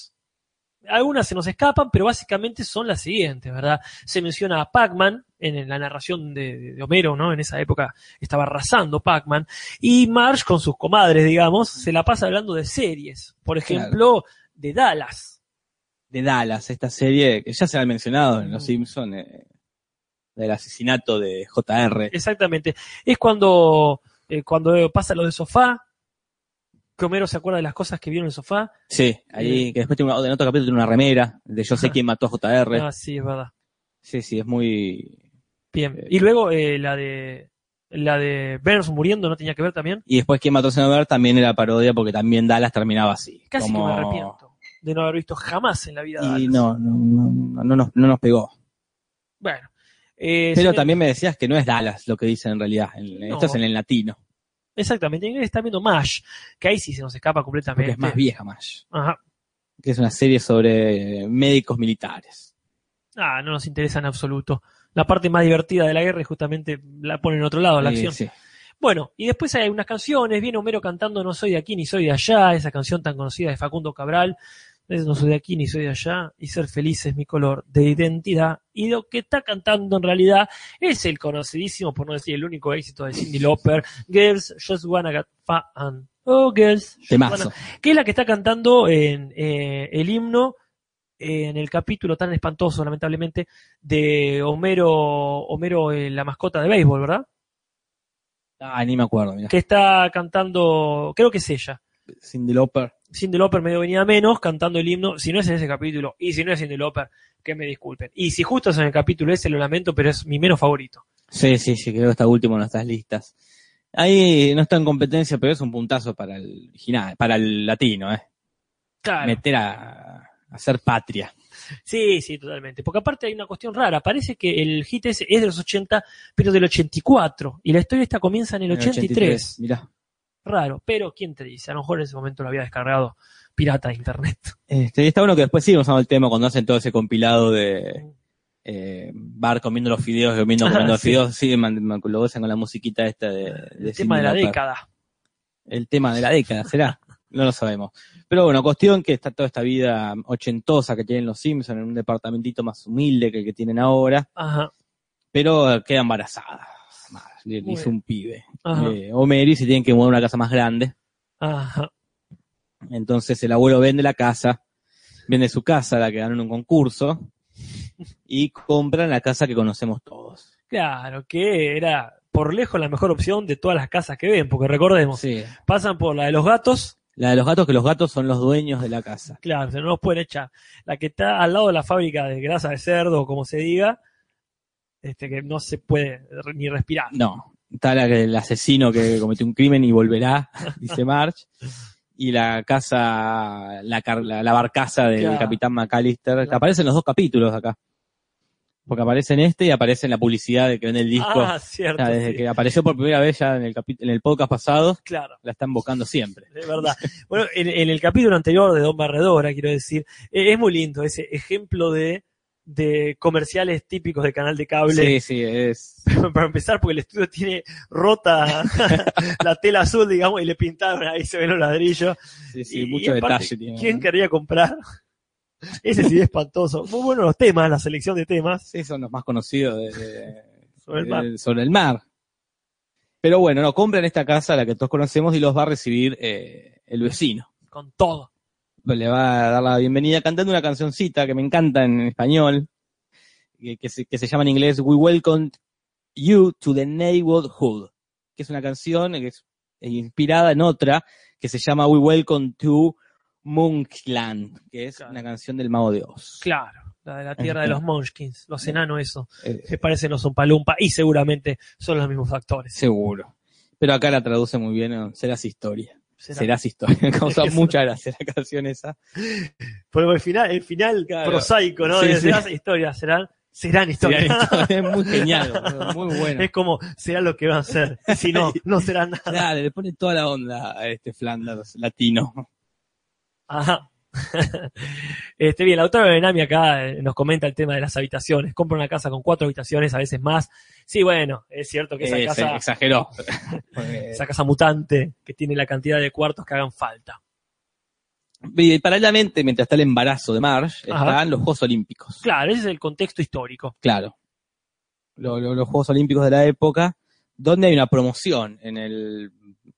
A: Algunas se nos escapan, pero básicamente son las siguientes, ¿verdad? Se menciona a Pac-Man en, en la narración de, de Homero, ¿no? En esa época estaba arrasando Pac-Man. Y Marge con sus comadres, digamos, se la pasa hablando de series. Por ejemplo, de Dallas.
B: De Dallas, esta serie que ya se ha mencionado en Los
A: Mm.
B: Simpsons, eh, del asesinato de JR.
A: Exactamente. Es cuando, eh, cuando pasa lo del sofá, que Homero se acuerda de las cosas que vio en el sofá.
B: Sí, ahí, que después tiene una- en otro capítulo tiene una remera de yo sé quién mató a JR.
A: Ah, sí, es verdad.
B: Sí, sí, es muy...
A: Bien. Y luego eh, la de la de Burns muriendo no tenía que ver también.
B: Y después quién mató a Senover también era parodia porque también Dallas terminaba así.
A: Casi
B: como-
A: que me arrepiento de no haber visto jamás en la vida. a
B: Y
A: Dallas.
B: no, no, no, no nos, no nos pegó.
A: Bueno. Eh,
B: Pero
A: señor-
B: también me decías que no es Dallas lo que dicen en realidad. En-
A: No.
B: Esto es en el latino,
A: Exactamente. En inglés está viendo Mash, que ahí sí se nos escapa
B: porque
A: completamente.
B: es más vieja más.
A: Ajá.
B: Que es una serie sobre eh, médicos militares.
A: Ah, no nos interesa en absoluto. La parte más divertida de la guerra es justamente la pone en otro lado, la
B: Eh,
A: acción.
B: sí.
A: Bueno, y después hay unas canciones, viene Homero cantando No soy de aquí ni soy de allá, esa canción tan conocida de Facundo Cabral, es No soy de aquí ni soy de allá, y ser feliz es mi color de identidad, y lo que está cantando en realidad es el conocidísimo, por no decir el único éxito de Cindy Lauper, Girls Just Wanna Get Fun, oh Girls Just
B: Temazo.
A: Wanna- que es la que está cantando en eh, el himno eh, en el capítulo tan espantoso, lamentablemente, de Homero, Homero eh, la mascota de béisbol, ¿verdad?
B: Ah, ni me acuerdo, mira.
A: que está cantando, creo que es ella,
B: Cindy Lauper.
A: Cindy Lauper medio venía menos, cantando el himno, si no es en ese capítulo, y si no es Cindy Lauper, que me disculpen. Y si justo es en el capítulo ese, lo lamento, pero es mi menos favorito.
B: Sí, sí, sí, creo que está último en nuestras listas. Ahí no está en competencia, pero es un puntazo para el original, para el latino, ¿eh?
A: Claro.
B: Meter a, a ser patria.
A: Sí, sí, totalmente. Porque aparte hay una cuestión rara, parece que el hit ese es de los 80, pero del 84, y la historia esta comienza en el 83.
B: Mirá.
A: Raro, pero ¿quién te dice? A lo mejor en ese momento lo había descargado pirata de internet.
B: Este, y está bueno que después siguen usando el tema cuando hacen todo ese compilado de eh, Bar comiendo los fideos, comiendo,
A: Ah,
B: comiendo los
A: [LAUGHS] sí.
B: fideos, sí, man- man- lo usan con la musiquita esta de, de
A: el
B: Cyndi
A: tema de la
B: Lauper.
A: década.
B: El tema de la década, ¿será? No lo sabemos. Pero bueno, cuestión que está toda esta vida ochentosa que tienen los Simpsons en un departamentito más humilde que el que tienen ahora,
A: Ajá,
B: pero queda embarazada. Madre, Le, le
A: Muy
B: hizo un pibe.
A: ajá,
B: Eh, Homer y se tienen que mudar a una casa más grande.
A: ajá.
B: Entonces el abuelo vende la casa, vende su casa, la que ganó en un concurso, y compran la casa que conocemos todos.
A: Claro, que era por lejos la mejor opción de todas las casas que ven, porque recordemos,
B: Sí.
A: pasan por la de los gatos,
B: La de los gatos, que los gatos son los dueños de la casa.
A: claro, o sea, no nos pueden echar, la que está al lado de la fábrica de grasa de cerdo, o como se diga, este que no se puede re- ni respirar.
B: No, está la que el asesino que cometió un crimen
A: [LAUGHS]
B: y volverá, dice March. Y la casa, la, car- la, la barcaza del
A: Claro.
B: capitán McAllister, que aparecen los dos capítulos acá. Porque aparece en este y aparece en la publicidad de que vende el disco.
A: Ah,
B: O
A: cierto,
B: sea, desde
A: sí,
B: que apareció por primera vez ya en el, capi- en el podcast pasado,
A: claro.
B: la están buscando siempre.
A: Es verdad. Bueno, en, en el capítulo anterior de Don Barredora, quiero decir, eh, es muy lindo ese ejemplo de, de comerciales típicos de canal de cable.
B: Sí, sí, es.
A: [LAUGHS] para empezar, porque el estudio tiene rota [LAUGHS] la tela azul, digamos, y le pintaron, ahí se ven los ladrillos.
B: Sí, sí,
A: Y-
B: mucho
A: y aparte,
B: detalle tiene.
A: ¿Quién quería comprar? Ese sí es espantoso. Muy buenos los temas, la selección de temas
B: Sí, son los más conocidos de- de-
A: sobre el mar.
B: de- Eh, sobre el mar. Pero bueno, no, compran esta casa, la que todos conocemos, y los va a recibir eh, el vecino.
A: Con todo.
B: Le va a dar la bienvenida cantando una cancioncita que me encanta en español, que, que se, que se llama en inglés We Welcome You to the Neighborhood, que es una canción que es eh, inspirada en otra que se llama We Welcome to Monkland, que es
A: Claro.
B: una canción del Mago de Oz.
A: Claro. La de la tierra de
B: [LAUGHS]
A: los Munchkins, los enanos, eso.
B: Eh,
A: Se parecen los Zumpalumpa y seguramente son los mismos actores.
B: Seguro. Pero acá la traduce muy bien, ¿no? serás historia.
A: será.
B: Serás historia. Me [LAUGHS] causó
A: Eso.
B: mucha gracia la
A: [LAUGHS]
B: canción esa.
A: Pero el final, el final
B: Claro.
A: prosaico, ¿no?
B: Sí,
A: De
B: sí.
A: serás historia, serán, serán historia.
B: Será historia. Es muy genial,
A: [LAUGHS]
B: boludo, muy bueno.
A: es como, será lo que van a ser. Y si
B: [LAUGHS]
A: no, no será nada.
B: Claro, le pone toda la onda a este Flanders latino.
A: Ajá. [LAUGHS] Este, bien, la autora de Nami acá eh, nos comenta el tema de las habitaciones. Compra una casa con cuatro habitaciones, a veces más. Sí, bueno, es cierto que esa
B: Eh, se
A: casa,
B: exageró.
A: [LAUGHS] esa casa mutante que tiene la cantidad de cuartos que hagan falta.
B: [LAUGHS] Y paralelamente, mientras está el embarazo de Marge,
A: Ajá.
B: están los Juegos Olímpicos.
A: Claro, ese es el contexto histórico.
B: Claro. Lo- lo- los Juegos Olímpicos de la época, donde hay una promoción en el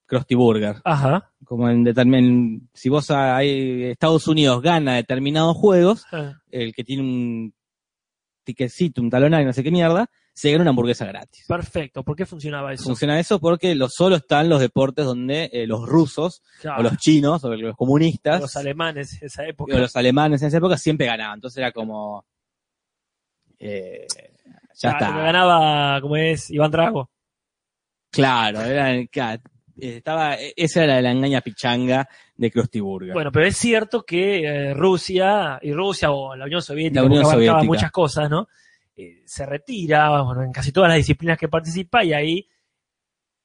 B: Krusty Burger.
A: Ajá.
B: Como en determin- si vos a- hay- Estados Unidos gana determinados juegos,
A: Ah,
B: el que tiene un tiquecito, un talonario, no sé qué mierda, se gana una hamburguesa gratis.
A: Perfecto. ¿Por qué funcionaba eso?
B: Funciona eso porque lo, solo están los deportes donde eh, los rusos,
A: Claro,
B: o los chinos, Ah. o los comunistas,
A: los alemanes, esa época.
B: o los alemanes en esa época siempre ganaban. Entonces era como. eh, ya
A: Ah,
B: está.
A: lo que ganaba, como es, Iván Drago.
B: Claro, era, claro, estaba, e, esa era la engaña pichanga de Krusty Burger.
A: Bueno, pero es cierto que eh, Rusia y Rusia o la Unión Soviética,
B: La Unión
A: porque abarcaba
B: Soviética.
A: muchas cosas, ¿no? Eh, se retira, bueno, en casi todas las disciplinas que participa y ahí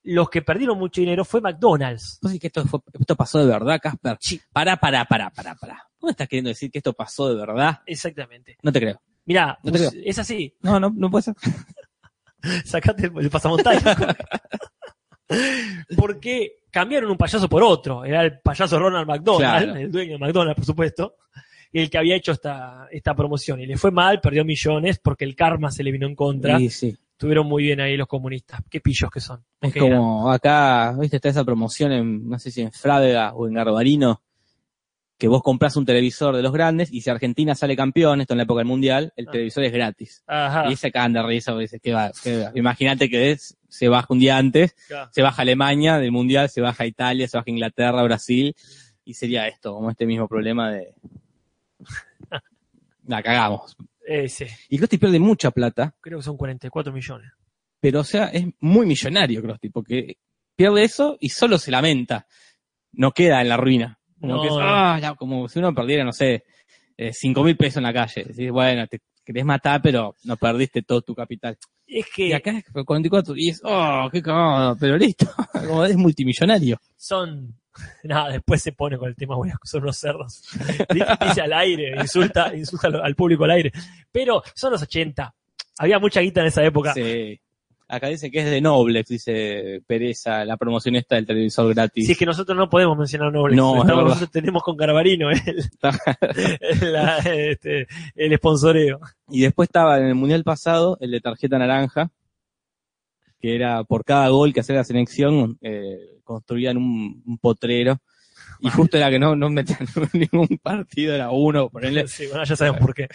A: los que perdieron mucho dinero fue McDonald's.
B: ¿Vos decís que esto, fue- esto pasó de verdad, Casper?
A: Sí.
B: Pará, pará, pará, pará, pará. ¿Vos me estás queriendo decir que esto pasó de verdad?
A: Exactamente.
B: No te creo.
A: Mirá,
B: No te
A: us- es así.
B: No, no, no puede ser.
A: Sacate el pasamontaña.
B: [LAUGHS]
A: Porque cambiaron un payaso por otro. Era el payaso Ronald McDonald,
B: Claro.
A: el dueño de McDonald's, por supuesto, el que había hecho esta, esta promoción. Y le fue mal, perdió millones porque el karma se le vino en contra.
B: Sí, sí.
A: Estuvieron muy bien ahí los comunistas. Qué pillos que son.
B: Es
A: Que eran.
B: como acá, viste, está esa promoción en, no sé si en Frávega o en Garbarino, que vos comprás un televisor de los grandes y si Argentina sale campeón, esto en la época del Mundial, el
A: Ah.
B: televisor es gratis.
A: Ajá.
B: Y se acaban de risa porque dice, ¿qué va? qué va? Imagínate que es- se baja un día antes
A: Claro.
B: se baja Alemania del Mundial, se baja Italia, se baja Inglaterra, Brasil, y sería esto, como este mismo
A: [LAUGHS]
B: problema de... La cagamos.
A: Eh, sí.
B: Y Krusty pierde mucha plata,
A: Creo que son 44 millones.
B: pero o sea, es muy millonario Krusty, porque pierde eso y solo se lamenta. No queda en la ruina. Como,
A: No,
B: que es,
A: no.
B: "Ah, ya", como si uno perdiera, no sé, eh, cinco mil pesos en la calle. Decís, bueno, te querés matar, pero no perdiste todo tu capital.
A: Es
B: Y
A: que
B: acá es 44 y es, oh, qué cagado, pero listo. [LAUGHS] Como es multimillonario.
A: son. [LAUGHS] Nada, después se pone con el tema, bueno, son unos [LAUGHS] cerdos. Dice dice al aire, insulta, insulta al- al público al aire. Pero son los 80. Había mucha guita en esa época.
B: Sí. Acá dice que es de Noblex, dice Pereza, la promoción esta del televisor gratis.
A: Si es que nosotros no podemos mencionar nobles,
B: No, es
A: Estamos-
B: verdad.
A: nosotros tenemos con Carbarino
B: [LAUGHS]
A: el, [LAUGHS] la- este, el esponsoreo.
B: Y después estaba en el Mundial pasado el de tarjeta naranja, que era por cada gol que hacía la selección, eh, construían un, un potrero. Y justo era que no, no metían [LAUGHS] ningún partido, era uno, ponerle.
A: Sí, bueno, ya sabemos por qué.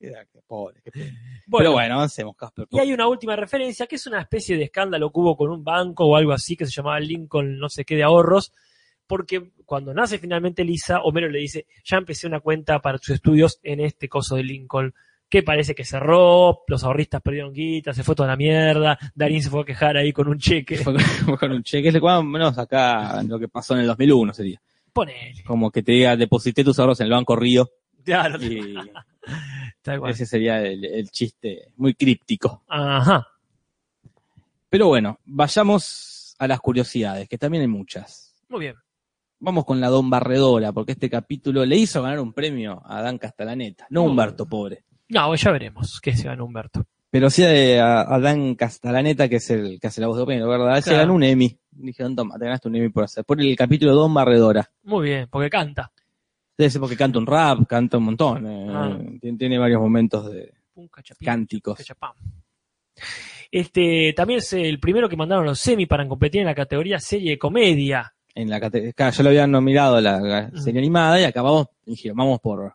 B: Era que pobre, que pobre.
A: Bueno,
B: Pero bueno, avancemos, Casper.
A: Y hay una última referencia que es una especie de escándalo que hubo con un banco o algo así que se llamaba Lincoln no sé qué de ahorros, porque cuando nace finalmente Lisa, Homero le dice, ya empecé una cuenta para tus estudios en este coso de Lincoln, que parece que cerró, los ahorristas perdieron guita, se fue toda la mierda, Darín se fue a quejar ahí con un cheque.
B: Fue con- [LAUGHS] fue con un cheque, es lo cual menos acá lo que pasó en el 2001 sería.
A: Ponele,
B: Como que te diga, deposité tus ahorros en el Banco Río
A: claro,
B: [LAUGHS] y
A: tal cual.
B: Ese sería el, el chiste muy críptico.
A: Ajá,
B: Pero bueno, vayamos a las curiosidades, que también hay muchas.
A: muy bien.
B: Vamos con la Don Barredora, porque este capítulo le hizo ganar un premio a Dan Castellaneta, no a
A: Mm.
B: Humberto, pobre.
A: No, ya veremos qué se gana Humberto.
B: Pero sí a, a Dan Castellaneta, que es el que hace la voz de Homero, ¿verdad? Se
A: Claro.
B: ganó un Emmy. Dijeron, toma, te ganaste un Emmy por hacer. Por el capítulo Don Barredora.
A: Muy bien, porque canta.
B: Debe ser porque canta un rap, canta un montón. eh,
A: Ah.
B: tiene, tiene varios momentos de
A: Un cachapín.
B: cánticos.
A: Cachapam. Este, también es el primero que mandaron los semi para competir en la categoría serie de comedia.
B: en la categoría, ya lo habían nominado a la- la serie animada y acabamos, dijeron, vamos por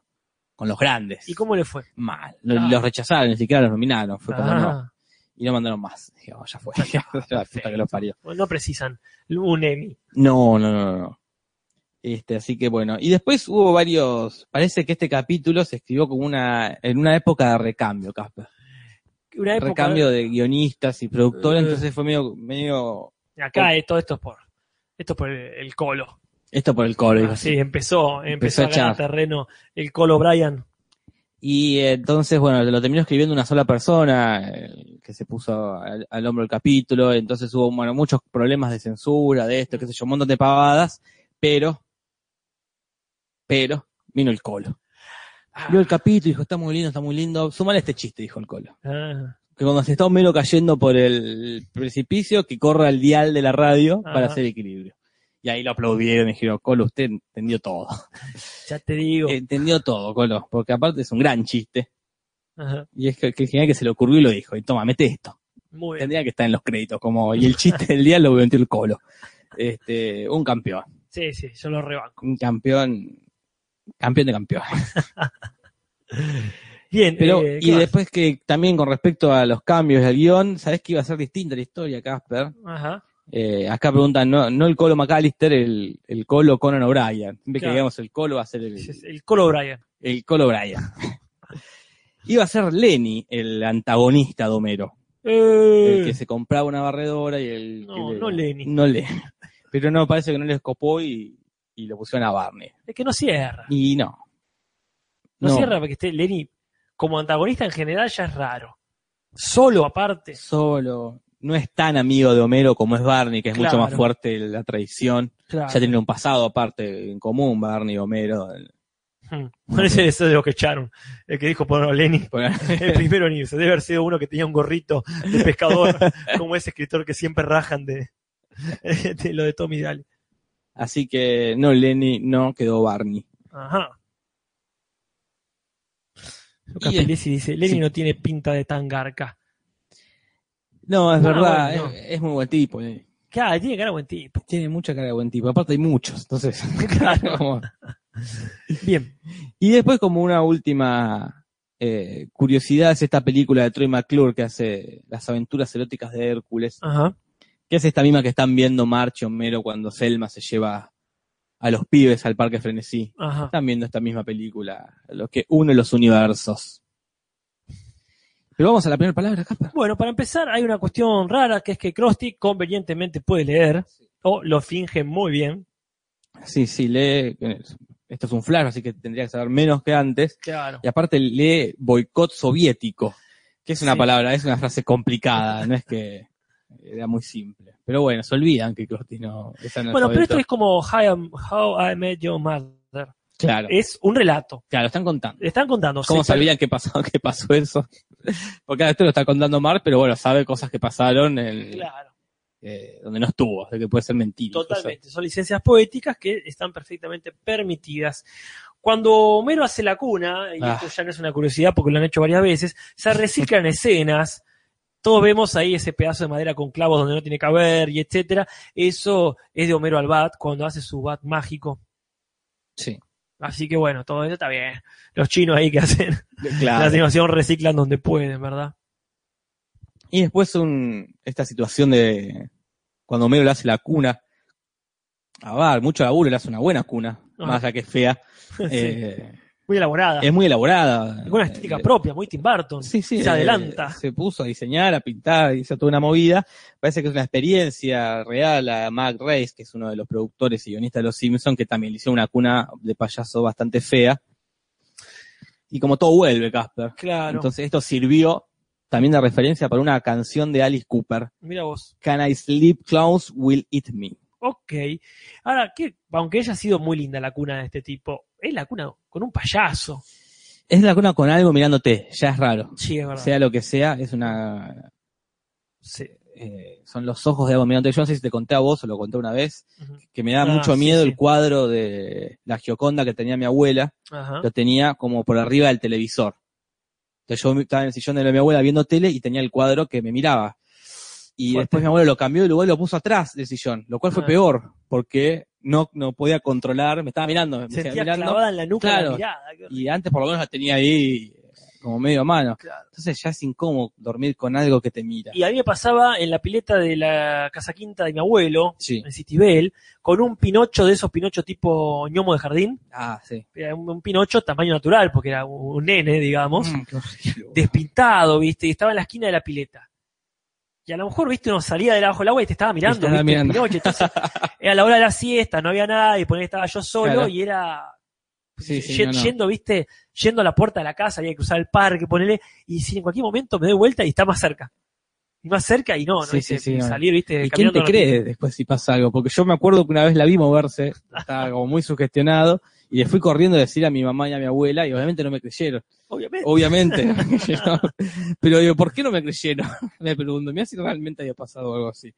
B: con los grandes.
A: ¿Y cómo le fue?
B: Mal. Lo-
A: Ah.
B: Los rechazaron, ni siquiera los nominaron. Fue como, no.
A: Ah,
B: Y no mandaron más. Digamos, ya [LAUGHS] fue. la puta que los parió.
A: bueno, no precisan un Emmy.
B: No, no, no, no. Este, así que bueno. Y después hubo varios. Parece que este capítulo se escribió como una. en una época de recambio, Casper.
A: Una época,
B: Recambio de guionistas y productores,
A: Eh.
B: entonces fue medio, medio
A: acá eh, todo esto es por Esto por el, el Colo.
B: Esto por el coro. digo,
A: Así empezó, empezó,
B: Empezó a
A: a ganar
B: echar.
A: terreno el Colo Bryan.
B: Y eh, entonces, bueno, lo terminó escribiendo una sola persona eh, que se puso al, al hombro el capítulo, entonces hubo bueno, muchos problemas de censura, de esto, qué sé yo, un montón de pavadas, pero, pero, vino el colo.
A: Ah,
B: Vio el capítulo, dijo, está muy lindo, está muy lindo, sumale este chiste, dijo el colo.
A: Ah,
B: Que cuando se está Homero cayendo por el precipicio, que corra el dial de la radio para
A: Ajá.
B: hacer equilibrio. Y ahí lo aplaudieron y dijeron, Colo, usted entendió todo.
A: ya te digo.
B: Entendió todo, Colo, porque aparte es un gran chiste.
A: Ajá,
B: Y es que, que el genial que se le ocurrió y lo dijo, y toma, mete esto.
A: muy bien.
B: Tendría que estar en los créditos, como, y el chiste del día lo metió el colo. Este, un campeón,
A: Sí, sí, yo lo rebanco.
B: un campeón, campeón de campeón.
A: Bien,
B: Pero,
A: eh, ¿qué
B: y
A: más?
B: después que también con respecto a los cambios del guión, sabes que iba a ser distinta la historia, Casper.
A: Ajá.
B: Eh, acá preguntan, no, no el colo McAllister, el, el colo Conan O'Brien. Siempre que
A: Claro.
B: digamos el colo va a ser el,
A: El Colo Bryan.
B: el colo O'Brien. [LAUGHS] iba a ser Lenny el antagonista de Homero.
A: Eh,
B: el que se compraba una barredora y el
A: No,
B: que
A: no Lenny.
B: no Lenny. pero no parece que no les copó y, y lo pusieron a Barney
A: Es que no cierra.
B: y no
A: No, cierra porque esté Lenny como antagonista en general ya es raro. Solo aparte.
B: solo no es tan amigo de Homero como es Barney que es mucho
A: Claro.
B: más fuerte la traición
A: Claro.
B: ya tienen un pasado aparte en común Barney y Homero [LAUGHS]
A: Hmm. Bueno, ese es de los que echaron. El que dijo por [LAUGHS] Lenny. El primero en irse. Debe haber sido uno que tenía un gorrito de [LAUGHS] pescador, como ese escritor que siempre rajan de, [LAUGHS] de lo de Tommy Daly.
B: así que no Lenny no quedó Barney
A: Ajá. Lucas
B: Y el-
A: Pelesi dice, Lenny
B: sí.
A: no tiene pinta de tan garca.
B: no es
A: Ah,
B: verdad
A: bueno,
B: es, es muy buen tipo eh.
A: Claro, tiene cara de buen tipo.
B: tiene mucha cara de buen tipo aparte hay muchos entonces [LAUGHS]
A: Claro.
B: como-
A: Bien.
B: Y después, como una última eh, curiosidad, es esta película de Troy McClure que hace Las aventuras eróticas de Hércules,
A: Ajá.
B: que es esta misma que están viendo March y Homero cuando Selma se lleva a los pibes al parque frenesí.
A: Ajá.
B: Están viendo esta misma película, lo que une los universos. Pero vamos a la primera palabra, Casper.
A: Bueno, para empezar, hay una cuestión rara que es que Krusty convenientemente puede leer o lo finge muy bien.
B: Sí, sí, lee. eh, Esto es un flash, así que tendría que saber menos que antes.
A: Claro.
B: Y aparte lee boicot soviético, que es una
A: Sí.
B: palabra, es una frase complicada, no es que era muy simple. Pero bueno, se olvidan que Crosby no es
A: Bueno, pero esto
B: analfabeto.
A: es como How I, How I Met Your Mother.
B: Claro,
A: Es un relato.
B: claro, están contando.
A: Están contando.
B: ¿Cómo
A: se-
B: sabían que pasó, que pasó eso? Porque claro, esto lo está contando Mark, pero bueno, sabe cosas que pasaron en-
A: Claro.
B: eh, donde no estuvo, de que puede ser mentira.
A: Totalmente, son licencias poéticas que están perfectamente permitidas. Cuando Homero hace la cuna, y
B: Ah.
A: esto ya no es una curiosidad porque lo han hecho varias veces, se
B: [LAUGHS]
A: reciclan escenas. Todos vemos ahí ese pedazo de madera con clavos donde no tiene que haber y etcétera. Eso es de Homero al Bat cuando hace su Bat mágico.
B: Sí,
A: Así que bueno, todo eso está bien. Los chinos ahí que hacen [LAUGHS] la
B: claro.
A: animación reciclan donde pueden, ¿verdad? [LAUGHS]
B: Y después un, esta situación de cuando Homero le hace la cuna. A Bar, mucho laburo, le hace una buena cuna,
A: Ah.
B: más allá que es fea.
A: [LAUGHS] Sí,
B: Eh,
A: muy elaborada.
B: Es muy elaborada.
A: Con una estética
B: Eh,
A: propia, muy Tim Burton.
B: Sí, sí.
A: Se
B: eh,
A: adelanta.
B: se puso a diseñar, a pintar, hizo toda una movida. Parece que es una experiencia real a Mac Reyes, que es uno de los productores y guionistas de Los Simpsons, que también le hizo una cuna de payaso bastante fea. Y como todo vuelve, Casper.
A: Claro.
B: Entonces esto sirvió también de referencia para una canción de Alice Cooper,
A: Mira vos.
B: Can I Sleep Clowns Will Eat Me.
A: Ok. Ahora, que aunque haya sido muy linda la cuna de este tipo, es la cuna con un payaso.
B: Es la cuna con algo mirándote, ya es raro.
A: Sí, es verdad.
B: Sea lo que sea, es una
A: Sí.
B: eh, son los ojos de Abominante. Yo no sé si te conté a vos o lo conté una vez,
A: Ujú.
B: que me da
A: Ah,
B: mucho
A: sí,
B: miedo
A: sí.
B: el cuadro de la Gioconda que tenía mi abuela,
A: Ajá.
B: lo tenía como por arriba del televisor. Entonces yo estaba en el sillón de mi abuela viendo tele y tenía el cuadro que me miraba. Y
A: Fuerte.
B: después mi abuelo lo cambió de lugar y lo puso atrás del sillón, lo cual fue
A: Ah.
B: peor, porque no, no podía controlar, me estaba mirando, me seguía
A: Sentía
B: mirando.
A: clavada en la nuca
B: Claro.
A: la mirada. qué horrible.
B: Y antes por lo menos la tenía ahí eh, como medio a mano.
A: Claro.
B: Entonces ya es incómodo dormir con algo que te mira.
A: Y a mí me pasaba en la pileta de la casa quinta de mi abuelo,
B: Sí.
A: en Citibel, con un pinocho de esos pinochos tipo ñomo de jardín.
B: Ah, sí.
A: Era un, un pinocho tamaño natural, porque era un, un nene, digamos,
B: Mm, qué horrible.
A: despintado, ¿viste? Y estaba en la esquina de la pileta. Y a lo mejor, viste, uno salía de debajo del agua y te estaba mirando.
B: estaba
A: ¿viste?
B: mirando.
A: Pinocho. Entonces, era la hora de la siesta, no había nada, y por ahí estaba yo solo
B: Claro.
A: y era
B: Sí, sí,
A: ye-
B: no, no.
A: yendo, viste, yendo a la puerta de la casa, había que cruzar el parque, ponele, y si en cualquier momento me doy vuelta y está más cerca. Y más cerca y no, no,
B: Sí,
A: viste,
B: sí, sí, no.
A: salir, viste,
B: ¿Y quién
A: caminando
B: te
A: no-
B: cree después si pasa algo? Porque yo me acuerdo que una vez la vi moverse, estaba como muy sugestionado, y le fui corriendo a decir a mi mamá y a mi abuela, y obviamente no me creyeron.
A: Obviamente. [LAUGHS]
B: Obviamente. [LAUGHS] no me creyeron. Pero digo, ¿por qué no me creyeron? [LAUGHS] Me pregunto, mira si realmente había pasado algo así.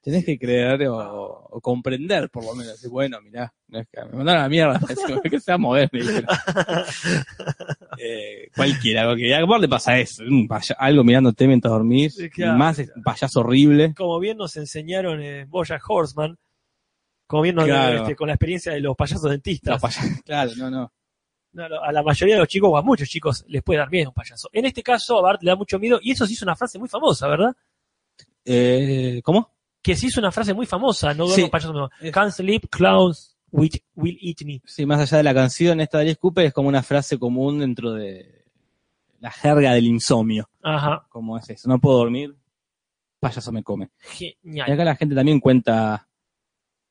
B: Tenés que creer o, o comprender, por lo menos. Y bueno, mirá, no es que me mandaron a la mierda, [LAUGHS] parece que se va a mover, me dijeron.
A: [LAUGHS]
B: Eh, cualquiera, porque a vos le pasa eso, un paya- algo mirándote mientras dormís,
A: Sí, claro.
B: y más es un payaso horrible.
A: Como bien nos enseñaron en Boya Horseman, como bien nos-
B: Claro.
A: este, con la experiencia de los payasos dentistas,
B: Los payas- [LAUGHS] claro, no, no.
A: No, no, a la mayoría de los chicos, o a muchos chicos, les puede dar miedo un payaso. En este caso, a Bart le da mucho miedo, y eso sí es una frase muy famosa, ¿verdad?
B: Eh, ¿Cómo?
A: Que sí es una frase muy famosa, no
B: Sí.
A: duermo payasos, no.
B: Es-
A: Can't sleep, clowns which will eat me.
B: Sí, más allá de la canción, esta de Alice Cooper es como una frase común dentro de la jerga del insomnio.
A: Ajá.
B: Como es eso, no puedo dormir, payaso me come. Y
A: Genial.
B: acá la gente también cuenta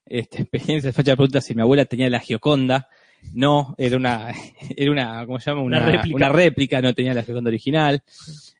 B: esta [LAUGHS] experiencia de fecha pregunta si mi abuela tenía la Gioconda. No, era una, [LAUGHS] era una, ¿cómo se llama? Una,
A: Una réplica.
B: una réplica, no tenía la Gioconda original.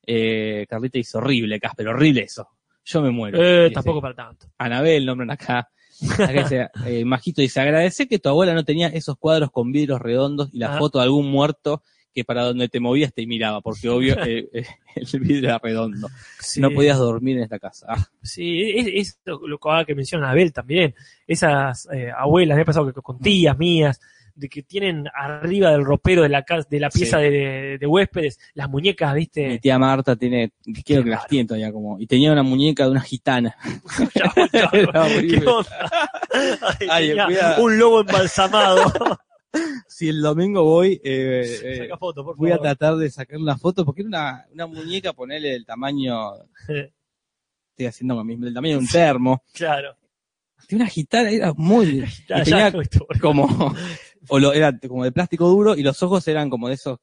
B: Eh, Carlita hizo horrible, Casper, horrible eso. Yo me muero.
A: Eh,
B: Dice.
A: tampoco para tanto.
B: Anabel, nombran acá. Acá dice, eh, Majito dice, agradece que tu abuela no tenía esos cuadros con vidrios redondos y la
A: Ah.
B: foto de algún muerto que para donde te movías te miraba, porque
A: [LAUGHS]
B: obvio eh, eh, el vidrio era redondo.
A: Sí.
B: No podías dormir en esta casa. Ah,
A: Sí, es, es lo, lo que ahora que menciona Abel también. Esas eh, abuelas, me ha pasado que
B: Mm.
A: con tías mías, de que tienen arriba del ropero de la casa, de la pieza
B: Sí.
A: de, de- de huéspedes, las muñecas,
B: Mi
A: viste.
B: tía Marta tiene, creo que las
A: raro.
B: tiene todavía como, y tenía una muñeca de una [LAUGHS] gitana.
A: Chao, chao.
B: [LAUGHS] Era horrible.
A: [LAUGHS] ¿Qué onda? Ay,
B: Ay,
A: tenía
B: cuidado.
A: un lobo [LAUGHS] embalsamado.
B: Si el domingo voy, eh, eh,
A: Saca foto, por
B: voy a
A: favor.
B: tratar de sacar una foto, porque era una, una muñeca, ponerle del tamaño, estoy haciendo con mi- del tamaño de un termo.
A: claro.
B: De una gitana, era [LAUGHS] muy,
A: Ya,
B: Y
A: ya,
B: tenía-
A: no, esto-
B: como o lo, era como de plástico duro y los ojos eran como de esos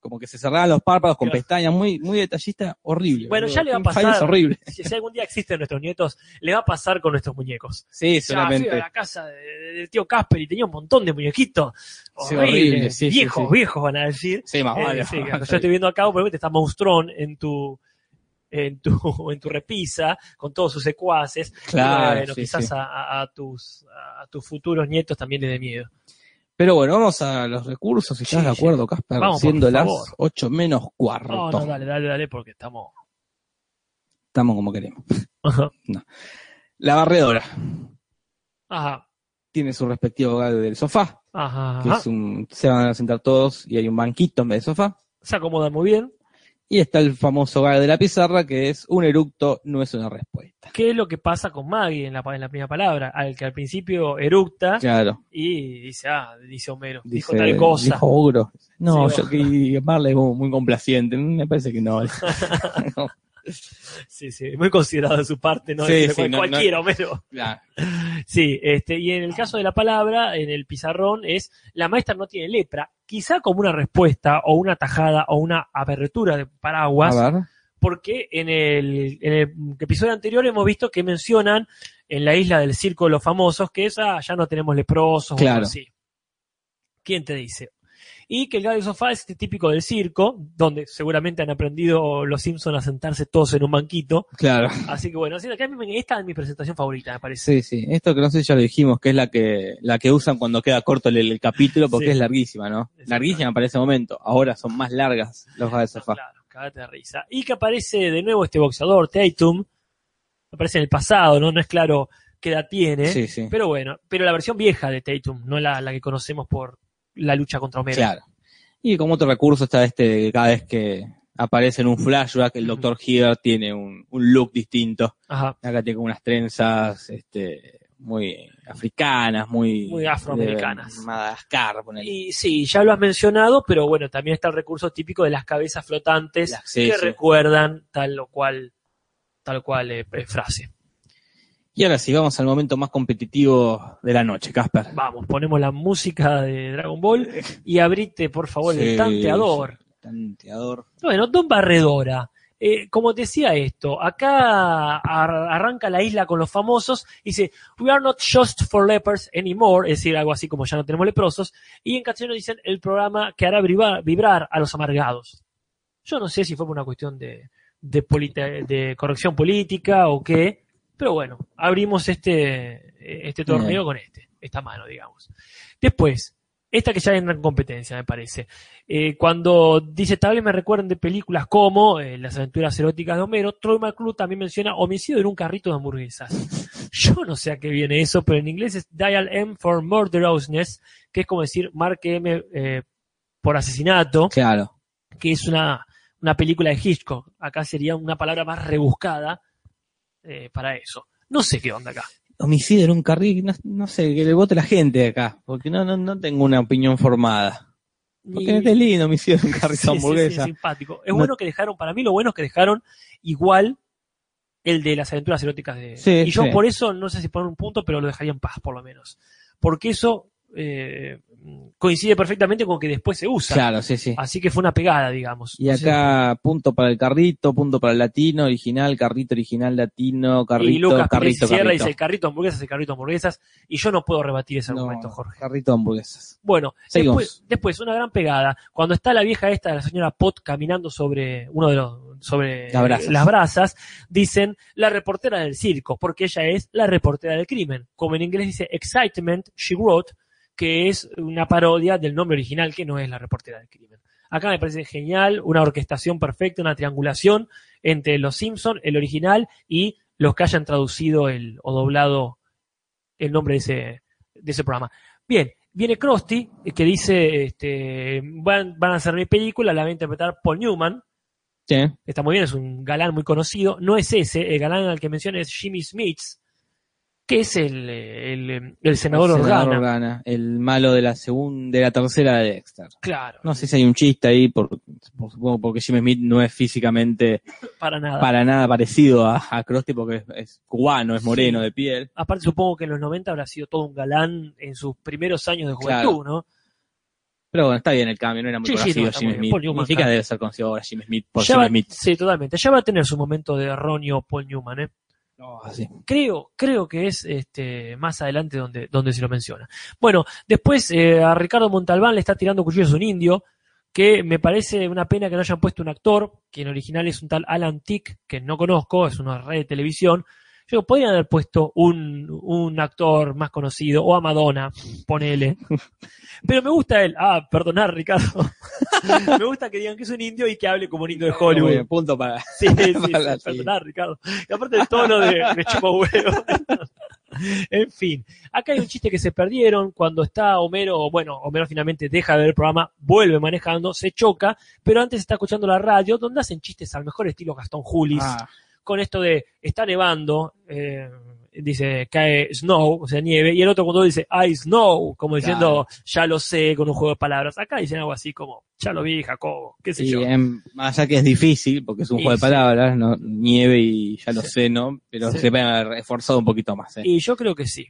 B: como que se cerraban los párpados con
A: Claro.
B: pestañas muy muy detallista horrible
A: Bueno,
B: boludo.
A: ya le va a
B: Pink Floyd es
A: pasar.
B: horrible
A: Si, si algún día existen nuestros nietos, le va a pasar con nuestros muñecos. Ya, Ah, fui
B: sí
A: a
B: solamente
A: la casa de- de- del tío Casper y tenía un montón de muñequitos.
B: Sí,
A: Horribles,
B: horrible, sí, sí,
A: viejos,
B: sí.
A: viejos van a decir.
B: sí más
A: Eh,
B: vale
A: sí, claro,
B: [LAUGHS]
A: yo estoy viendo acá, obviamente está Monstrón en tu, en tu, [LAUGHS] en tu repisa, con todos sus secuaces.
B: claro
A: Bueno,
B: sí,
A: quizás
B: sí.
A: A, a- a tus, a tus futuros nietos también les dé miedo.
B: pero bueno vamos a los recursos si estás
A: Sí,
B: de
A: sí.
B: acuerdo Casper
A: Vamos, por
B: siendo las
A: favor.
B: 8 menos cuarto
A: No, no, dale, dale, dale, porque
B: [LAUGHS]
A: estamos.
B: estamos como queremos
A: Ajá.
B: la barredora
A: Ajá,
B: tiene su respectivo hogar del sofá
A: ajá.
B: que es un, se van a sentar todos y hay un banquito en vez de sofá
A: Se acomoda muy bien.
B: Y está el famoso hogar de la pizarra, que es un eructo, no es una respuesta.
A: ¿Qué es lo que pasa con Maggie en la, en la primera palabra? Al que al principio eructa
B: Claro.
A: y dice, ah, dice Homero, dijo
B: Dice,
A: tal cosa.
B: Dijo ogro. No,
A: Sí,
B: yo que Marley es como muy complaciente. Mm, Me parece
A: [LAUGHS]
B: que no.
A: Sí, sí, muy considerado de su parte, ¿no?
B: Sí,
A: Decirle
B: sí,
A: cual-
B: no, no.
A: cualquiera, Homero.
B: Claro.
A: Sí, este, y en el caso de la palabra, en el pizarrón, es la maestra no tiene lepra, quizá como una respuesta o una tajada o una apertura de paraguas,
B: A ver.
A: porque en el, en el episodio anterior hemos visto que mencionan en la isla del circo de los famosos que esa ya no tenemos leprosos o
B: Claro.
A: algo así. ¿Quién te dice? Y que el gallo sofá es este típico del circo, donde seguramente han aprendido los Simpsons a sentarse todos en un banquito.
B: Claro.
A: Así que bueno, así que a mí me- esta es mi presentación favorita, me parece.
B: Sí, sí. Esto que no sé si ya lo dijimos, que es la que, la que usan cuando queda corto el, el capítulo, porque
A: Sí.
B: es larguísima, ¿no?
A: Exactamente.
B: Larguísima para ese momento. Ahora son más largas los hogares de sofá.
A: Claro, cagate de risa. Y que aparece de nuevo este boxeador, Tatum. Aparece en el pasado, ¿no? No es claro qué edad tiene.
B: Sí, sí.
A: Pero bueno, pero la versión vieja de Tatum, no la, la que conocemos por la lucha contra Homero.
B: Claro. Y como otro recurso está este de que cada vez que aparece en un flashback, el
A: Ujú.
B: Dr. Hibbert tiene un, un look distinto.
A: Ajá.
B: Acá tiene como unas trenzas este, muy africanas, muy,
A: Muy afroamericanas.
B: de Madagascar, ponele.
A: Y sí, ya lo has mencionado, pero bueno, también está el recurso típico de las cabezas flotantes
B: Las- sí,
A: que
B: sí.
A: recuerdan tal o cual, tal cual eh, eh, frase.
B: Y ahora sí, vamos al momento más competitivo de la noche, Casper.
A: Vamos, ponemos la música de Dragon Ball y abrite, por favor,
B: Sí,
A: el tanteador.
B: sí, Tanteador.
A: Bueno, Don Barredora eh, como decía esto, acá ar- arranca la isla con los famosos y dice, we are not just for lepers anymore, es decir, algo así como ya no tenemos leprosos, y en castellano dicen el programa que hará vibrar, vibrar a los amargados. Yo no sé si fue por una cuestión de, de, politi- de corrección política o qué, pero bueno, abrimos este, este torneo
B: Bien.
A: con este, esta mano, digamos. Después, esta que ya entra en competencia, me parece. Eh, cuando dice, tal vez me recuerden de películas como eh, Las aventuras eróticas de Homero, Troy McClure también menciona homicidio en un carrito de hamburguesas. Yo no sé a qué viene eso, pero en inglés es Dial M for Murderousness, que es como decir marque M eh, por asesinato,
B: Claro.
A: que es una, una película de Hitchcock. Acá sería una palabra más rebuscada eh, para eso. No sé qué onda acá.
B: Homicidio en un carril, no, no sé, que le vote la gente de acá, porque no, no, no tengo una opinión formada. Porque
A: Y-
B: es lindo homicidio en un carril
A: Sí, sí, sí,
B: hamburguesa.
A: es simpático. Es
B: No-
A: bueno que dejaron, para mí lo bueno es que dejaron igual el de las aventuras eróticas de...
B: Sí,
A: y yo
B: sí.
A: por eso, no sé si poner un punto, pero lo dejaría en paz por lo menos. Porque eso eh, coincide perfectamente con que después se usa.
B: Claro, sí, sí.
A: Así que fue una pegada, digamos.
B: Y acá, punto para el carrito, punto para el latino, original, carrito original, latino, carrito,
A: y Lucas Pinesi
B: carrito,
A: Sierra
B: carrito.
A: dice carrito de hamburguesas y carrito de hamburguesas. Y yo no puedo rebatir ese argumento,
B: No,
A: Jorge.
B: Carrito de hamburguesas.
A: Bueno,
B: Seguimos.
A: después, después, una gran pegada. Cuando está la vieja esta, la señora Pot, caminando sobre uno de los, sobre
B: Las brasas.
A: las brasas, dicen la reportera del circo, porque ella es la reportera del crimen. Como en inglés dice Excitement, She Wrote, que es una parodia del nombre original, que no es la reportera del crimen. Acá me parece genial, una orquestación perfecta, una triangulación entre los Simpson, el original, y los que hayan traducido el, o doblado el nombre de ese, de ese programa. Bien, viene Krusty, eh, que dice, este, van, van a hacer mi película, la va a interpretar Paul Newman,
B: Sí.
A: está muy bien, es un galán muy conocido, no es ese, el galán al que menciona es Jimmy Smith, que es el, eh, el, eh, el senador
B: El senador
A: Organa.
B: Organa, el malo de la segunda, de la tercera de Dexter.
A: Claro,
B: No sé si hay un chiste ahí, por, por- supongo porque Jimmy Smith no es físicamente
A: para nada.
B: para nada parecido a, a Krusty porque es, es cubano, es moreno
A: Sí.
B: de piel.
A: Aparte supongo que en los 90 habrá sido todo un galán en sus primeros años de juventud, ¿no?
B: Pero bueno, está bien el cambio, no era muy
A: Sí, sí,
B: conocido
A: no, está
B: Jimmy
A: muy bien.
B: Smith.
A: Paul Newman,
B: Significa
A: claro.
B: debe ser conocido ahora Jimmy Smith por
A: Ya
B: Jimmy
A: va-
B: Smith.
A: Sí, totalmente. Ya va a tener su momento de erróneo Paul Newman, ¿eh?
B: Así.
A: creo, creo que es este, más adelante donde, donde se lo menciona. Bueno, después eh, a Ricardo Montalbán le está tirando cuchillos a un indio, que me parece una pena que no hayan puesto un actor, que en original es un tal Alan Tick, que no conozco, es una red de televisión. Yo podrían haber puesto un, un actor más conocido, o a Madonna, ponele.
B: [LAUGHS]
A: Pero me gusta él. Ah, perdonar, Ricardo. [LAUGHS] me gusta que digan que es un indio y que hable como un indio de
B: Muy
A: Hollywood.
B: bien, punto para. [LAUGHS]
A: Sí, sí, sí,
B: Para ti.
A: perdoná, Ricardo. Y aparte el tono de me chupa huevo. [LAUGHS] en fin, acá hay un chiste que se perdieron cuando está Homero, bueno, Homero finalmente deja de ver el programa, vuelve manejando, se choca, pero antes está escuchando la radio donde hacen chistes al mejor estilo Gastón Julis,
B: Ah,
A: con esto de está nevando, eh, dice cae snow, o sea, nieve, y el otro cuando dice I snow, como diciendo ya lo sé, con un juego de palabras. Acá dicen algo así como ya lo vi, Jacobo, qué sé
B: y
A: yo.
B: em, más allá que es difícil, porque es un
A: Y
B: juego de
A: sí.
B: palabras, ¿no? nieve y ya lo
A: Sí.
B: sé, ¿no? Pero
A: Sí.
B: se pueden haber esforzado un poquito más. ¿eh?
A: Y yo creo que sí.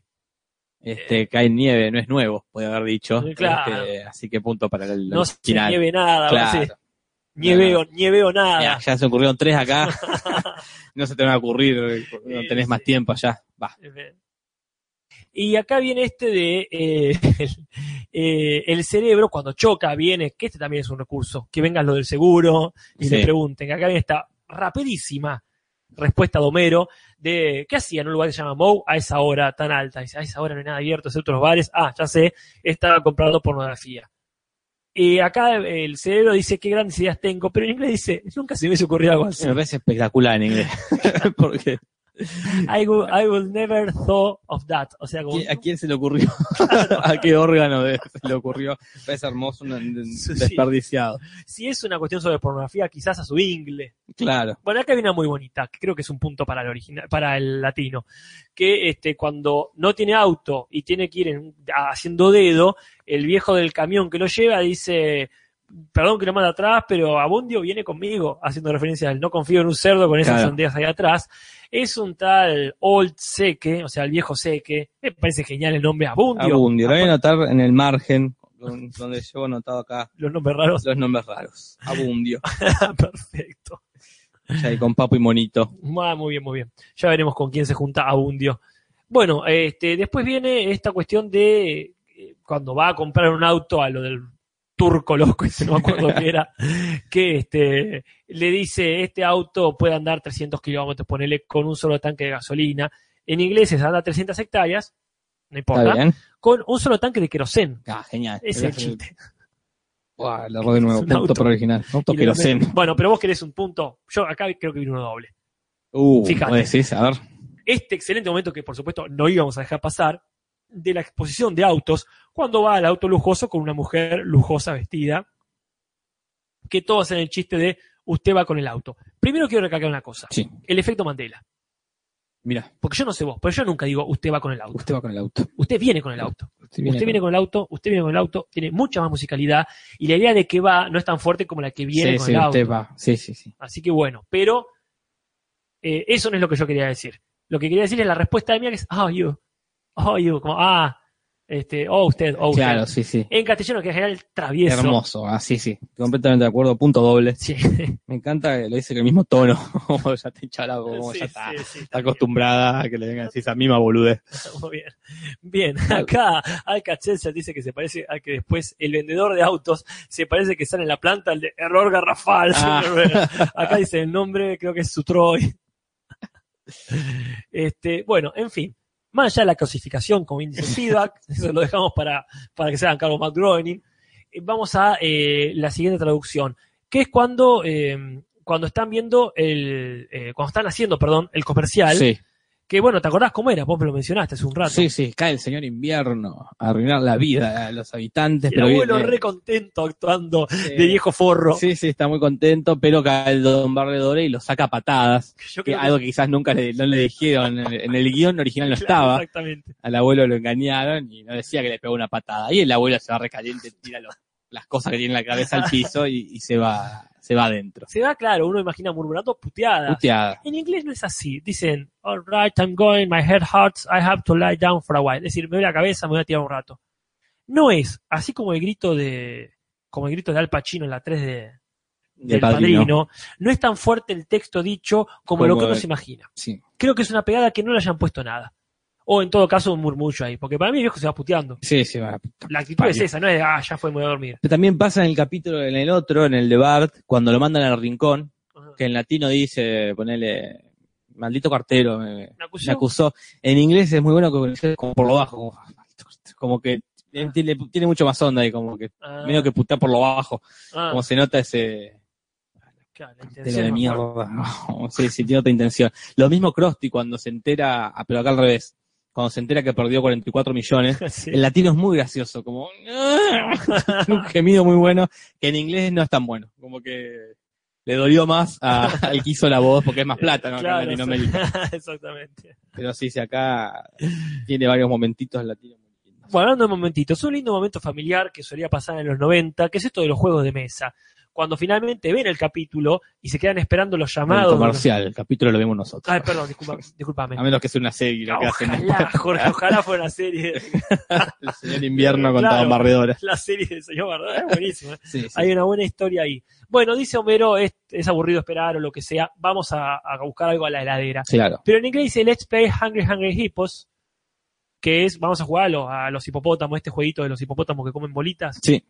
B: Este, cae nieve, no es nuevo, puede haber dicho.
A: Claro.
B: Este, así que punto para el
A: no
B: el
A: se
B: final.
A: nieve nada,
B: Claro.
A: sí. nieve, o, nieve o nada.
B: Mirá, ya se ocurrieron
A: [LAUGHS]
B: tres acá. [LAUGHS] no se te van a ocurrir, no
A: Sí,
B: tenés
A: sí.
B: más tiempo allá. Va.
A: Y acá viene este de eh, el, eh, el cerebro, cuando choca, viene, que este también es un recurso, que vengan lo del seguro y
B: Sí.
A: le pregunten. Acá viene esta rapidísima respuesta de Homero de ¿qué hacía en un lugar que se llama Moe a esa hora tan alta? Dice, a esa hora no hay nada abierto, excepto los bares. Ah, ya sé, estaba comprando pornografía. Y acá el cerebro dice qué grandes ideas tengo, pero en inglés dice, nunca se me hubiese ocurrido algo así.
B: Me parece espectacular en inglés. [LAUGHS] Porque,
A: I will, I will never thought of that. O sea, como
B: ¿qui- ¿a quién se le ocurrió? [LAUGHS] ¿A qué órgano de- se le ocurrió? Es hermoso, un- un
A: Sí.
B: desperdiciado.
A: si es una cuestión sobre pornografía, quizás a su ingle.
B: Claro.
A: Bueno, acá hay una muy bonita, que creo que es un punto para el original, para el latino, que este, cuando no tiene auto y tiene que ir en- haciendo dedo, el viejo del camión que lo lleva dice, perdón que lo manda atrás, pero Abundio viene conmigo, haciendo referencia al no confío en un cerdo con esas
B: Claro.
A: sondeas ahí atrás. Es un tal Old Seque, o sea, el viejo Seque, me parece genial el nombre Abundio.
B: Abundio. Lo voy a anotar en el margen, don- donde llevo anotado acá
A: Los nombres raros. [LAUGHS] Ah,
B: los nombres raros. Abundio.
A: Perfecto.
B: Ya, y con Papo y Monito.
A: Ah, muy bien, muy bien. Ya veremos con quién se junta Abundio. Bueno, este, después viene esta cuestión de eh, cuando va a comprar un auto a lo del turco loco, [LAUGHS] ese no me acuerdo qué era, que este, le dice, este auto puede andar 300 kilómetros, ponele con un solo tanque de gasolina. En inglés es anda 300 hectáreas, no
B: ¿Está
A: importa,
B: bien?
A: con un solo tanque de querosén.
B: Ah, genial.
A: Ese es el chiste.
B: Buah, le robé de nuevo.
A: Es un
B: Punto
A: auto.
B: por original. Punto
A: Y le-
B: querosén.
A: Bueno, pero vos querés un punto. Yo acá creo que vino uno doble.
B: Uh,
A: Fíjate.
B: ¿vos decís? A ver.
A: este excelente momento que por supuesto no íbamos a dejar pasar de la exposición de autos cuando va al auto lujoso con una mujer lujosa vestida que todos hacen el chiste de usted va con el auto. Primero quiero recalcar una cosa,
B: Sí.
A: el efecto Mandela,
B: Mira,
A: porque yo no sé vos, pero yo nunca digo usted va con el auto,
B: usted va con el auto.
A: usted viene con el auto,
B: Usted
A: usted viene con el auto, usted viene con el auto, tiene mucha más musicalidad y la idea de que va no es tan fuerte como la que viene
B: Sí,
A: con
B: sí,
A: el auto.
B: usted va. Sí, sí, sí.
A: Así que bueno, pero eh, eso no es lo que yo quería decir. Lo que quería decir es la respuesta de mía que es, oh, you, oh, you, como, ah, este, oh, usted, oh, usted.
B: Claro, sí, sí.
A: En castellano, que en general travieso.
B: Hermoso, ah, sí, sí, completamente de acuerdo, punto doble.
A: Sí,
B: Me encanta que lo dice con el mismo tono, [LAUGHS] como ya te hincha la- como
A: Sí,
B: Oh, ya está,
A: sí, sí,
B: está
A: bien.
B: acostumbrada a que le vengan así esa misma boludez.
A: [LAUGHS] Muy bien. Bien, acá Alcachelsel dice que se parece a que después el vendedor de autos se parece que sale en la planta el de error garrafal. [LAUGHS]
B: Ah.
A: señor Vera. Acá dice el nombre, creo que es Sutroy. [LAUGHS] Este, bueno, en fin. Más allá de la cosificación como índice de feedback, eso lo dejamos para, para que se hagan cargo Matt Groening. Eh, Vamos a eh, la siguiente traducción, que es cuando, eh, cuando están viendo el, eh, cuando están haciendo, perdón, el comercial.
B: Sí,
A: Que bueno, ¿te acordás cómo era? Vos me lo mencionaste hace un rato.
B: sí, sí, cae el señor invierno a arruinar la vida a los habitantes.
A: El
B: pero
A: abuelo
B: viene-
A: re contento actuando
B: sí,
A: de viejo forro.
B: Sí, sí, está muy contento, pero cae el don Barredore y lo saca a patadas,
A: Yo
B: que
A: creo que-
B: algo que quizás nunca le, no le dijeron, en el- en el guión original no
A: Claro,
B: estaba.
A: Exactamente.
B: al abuelo lo engañaron y no decía que le pegó una patada. Y el abuelo se va recaliente, tira los- las cosas que tiene en la cabeza al piso y, y se va se va adentro.
A: Se da claro, uno imagina murmurando puteadas.
B: Puteada.
A: En inglés no es así. Dicen, all right, I'm going, my head hurts, I have to lie down for a while. Es decir, me duele la cabeza, me voy a tirar un rato. No es, así como el grito de, como el grito de Al Pacino en la 3 de,
B: de
A: del padrino. no es tan fuerte el texto dicho como,
B: Como
A: lo que uno
B: el-
A: se imagina.
B: Sí.
A: Creo que es una pegada que no le hayan puesto nada. O en todo caso un murmullo ahí, porque para mí el viejo se va puteando.
B: Sí, sí, va. Pero
A: La actitud
B: Parió.
A: es esa, no es de, ah, ya fue, me voy a dormir.
B: también pasa en el capítulo, en el otro, en el de Bart, cuando lo mandan al rincón, que en latino dice, ponele, maldito cartero, me,
A: ¿Me acusó?
B: me acusó. En inglés es muy bueno como, como por lo bajo, como, como que eh, tiene, tiene mucho más onda y como que,
A: Ah,
B: menos que putear por lo bajo,
A: ah,
B: como se nota ese,
A: claro, la
B: Te
A: intención
B: lo de
A: es más
B: mierda. [LAUGHS]
A: fuerte.
B: No, sí, sí, tiene otra intención. Lo mismo Krusty cuando se entera, ah, pero acá al revés, cuando se entera que perdió 44 millones,
A: [LAUGHS]
B: [LAUGHS]
A: Sí.
B: el latino es muy gracioso, como "Ah", [LAUGHS] un gemido muy bueno, que en inglés no es tan bueno, como que le dolió más a- [LAUGHS] al que hizo la voz porque es más plata, ¿no? Acá
A: Claro,
B: en Latinoamérica.
A: sí. [LAUGHS] Exactamente.
B: Pero sí, sí, acá tiene varios momentitos latinos. muy lindos.
A: Bueno, hablando de momentitos, un lindo momento familiar que solía pasar en los 90, que es esto de los juegos de mesa. Cuando finalmente ven el capítulo y se quedan esperando los llamados.
B: el comercial, el capítulo lo vemos nosotros.
A: Ay, perdón, disculpa,
B: [LAUGHS]
A: disculpame.
B: a menos que sea una serie lo que hacen
A: Ojalá, Jorge, ojalá fuera una serie,
B: [LAUGHS] el señor invierno con
A: Claro.
B: Don Barredora.
A: la serie del señor Bardot, es buenísima.
B: Sí, sí.
A: Hay una buena historia ahí. Bueno, dice Homero, es, es aburrido esperar o lo que sea, vamos a, a buscar algo a la heladera.
B: Sí, claro.
A: Pero en inglés dice Let's Play Hungry Hungry Hippos, que es, vamos a jugar a los, a los hipopótamos, este jueguito de los hipopótamos que comen bolitas.
B: Sí.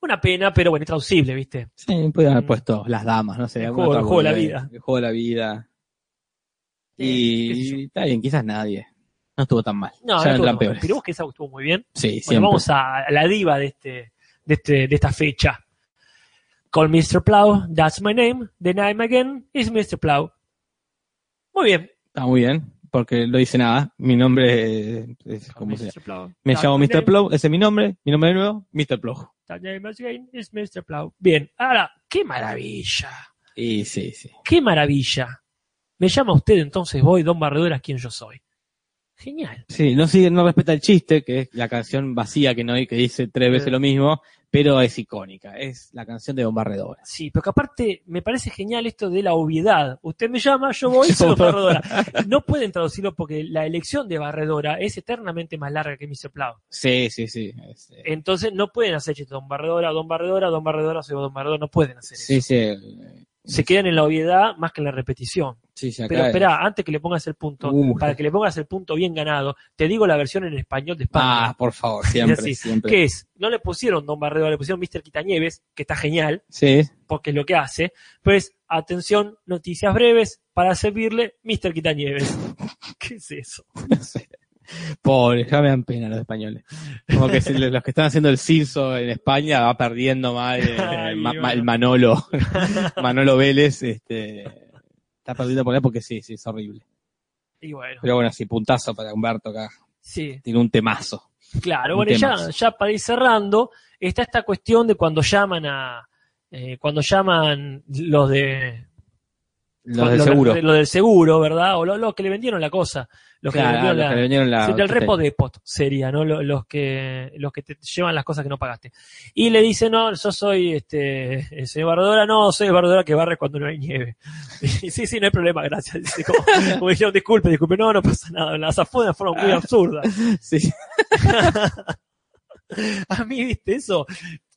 A: Una pena, pero bueno, es traducible, ¿viste?
B: Sí, podrían haber
A: Mm.
B: puesto las damas, no sé.
A: El
B: alguna
A: juego-
B: otra
A: el juego de la
B: boludez.
A: vida.
B: El juego de la vida.
A: Eh, qué sé yo.
B: Y está bien, quizás nadie. No estuvo tan mal.
A: No,
B: ya
A: no estuvo
B: vendrán
A: tan mal.
B: peores.
A: Pero vos que esa estuvo muy bien.
B: Sí,
A: Bueno,
B: siempre.
A: vamos a a la diva de, este, de, este, de esta fecha. Call Mr. Plow, that's my name. The name again is Mr. Plow. Muy bien.
B: Está muy bien, porque no dice nada. Mi nombre es- es.
A: Call
B: ¿cómo se llama?
A: Mr. Plow,
B: Me
A: that's
B: llamo
A: my
B: Mr.
A: name.
B: Plow, ese es mi nombre. Mi nombre de nuevo, Mr. Plow.
A: That name again is Mr. Plow. Bien. Ahora, qué maravilla.
B: Y sí, sí.
A: ¡Qué maravilla! Me llama usted, entonces voy, Don Barredora es quien yo soy. Genial.
B: Sí, no sigue, no respeta el chiste, que es la canción vacía que no hay, que dice tres veces lo mismo, pero es icónica. Es la canción de Don Barredora.
A: Sí, pero que aparte me parece genial esto de la obviedad. Usted me llama, yo voy, soy Don Barredora. No pueden traducirlo porque la elección de Barredora es eternamente más larga que Mr. Plow.
B: Sí, sí, sí. es- eh,
A: Entonces no pueden hacer chiste Don Barredora, Don Barredora, Don Barredora, soy Don Barredora. No pueden hacer eso.
B: Sí, sí. eh,
A: se quedan en la obviedad más que en la repetición.
B: Sí, sí, acá
A: Pero
B: es-
A: espera, antes que le pongas el punto,
B: Uh.
A: para que le pongas el punto bien ganado, te digo la versión en español de España.
B: Ah, por favor,
A: [LAUGHS]
B: siempre,
A: así.
B: siempre.
A: ¿Qué es? No le pusieron Don Barredo, le pusieron Mr. Quitanieves, que está genial,
B: Sí, [LAUGHS]
A: porque es lo que hace. Pues, atención, noticias breves para servirle Mr. Quitanieves. [LAUGHS] ¿Qué es eso?
B: no sé. Pobre, ya me dan pena los españoles. Como que si le- los que están haciendo el Cirso en España va perdiendo mal eh,
A: [LAUGHS] Ay,
B: ma-
A: bueno.
B: ma- el Manolo,
A: [LAUGHS]
B: Manolo Vélez, este, está perdiendo por él porque sí, sí, es horrible.
A: Y bueno,
B: Pero bueno, sí, puntazo para Humberto acá.
A: sí,
B: Tiene un temazo.
A: claro.
B: Un
A: Bueno, y ya,
B: temazo.
A: ya para ir cerrando, está esta cuestión de cuando llaman a, eh, cuando llaman los de,
B: Los del
A: lo-
B: seguro.
A: lo del seguro, ¿verdad? O lo- los, que le vendieron la cosa. Los que le
B: Claro,
A: vendieron
B: los
A: la-
B: que le vendieron la-
A: Sí, del repo depot sería, ¿no? Lo- Los que, los que te llevan las cosas que no pagaste. Y le dice, no, yo soy, este, eh, soy bardora, no, soy bardora que barre cuando no hay nieve. [LAUGHS] Y, sí, sí, no hay problema, gracias. Dice,
B: [LAUGHS]
A: como, como dijeron, disculpe, disculpe, no, no pasa nada. Las afueras fueron muy absurdas. [LAUGHS]
B: [LAUGHS] Sí.
A: A mí, viste, eso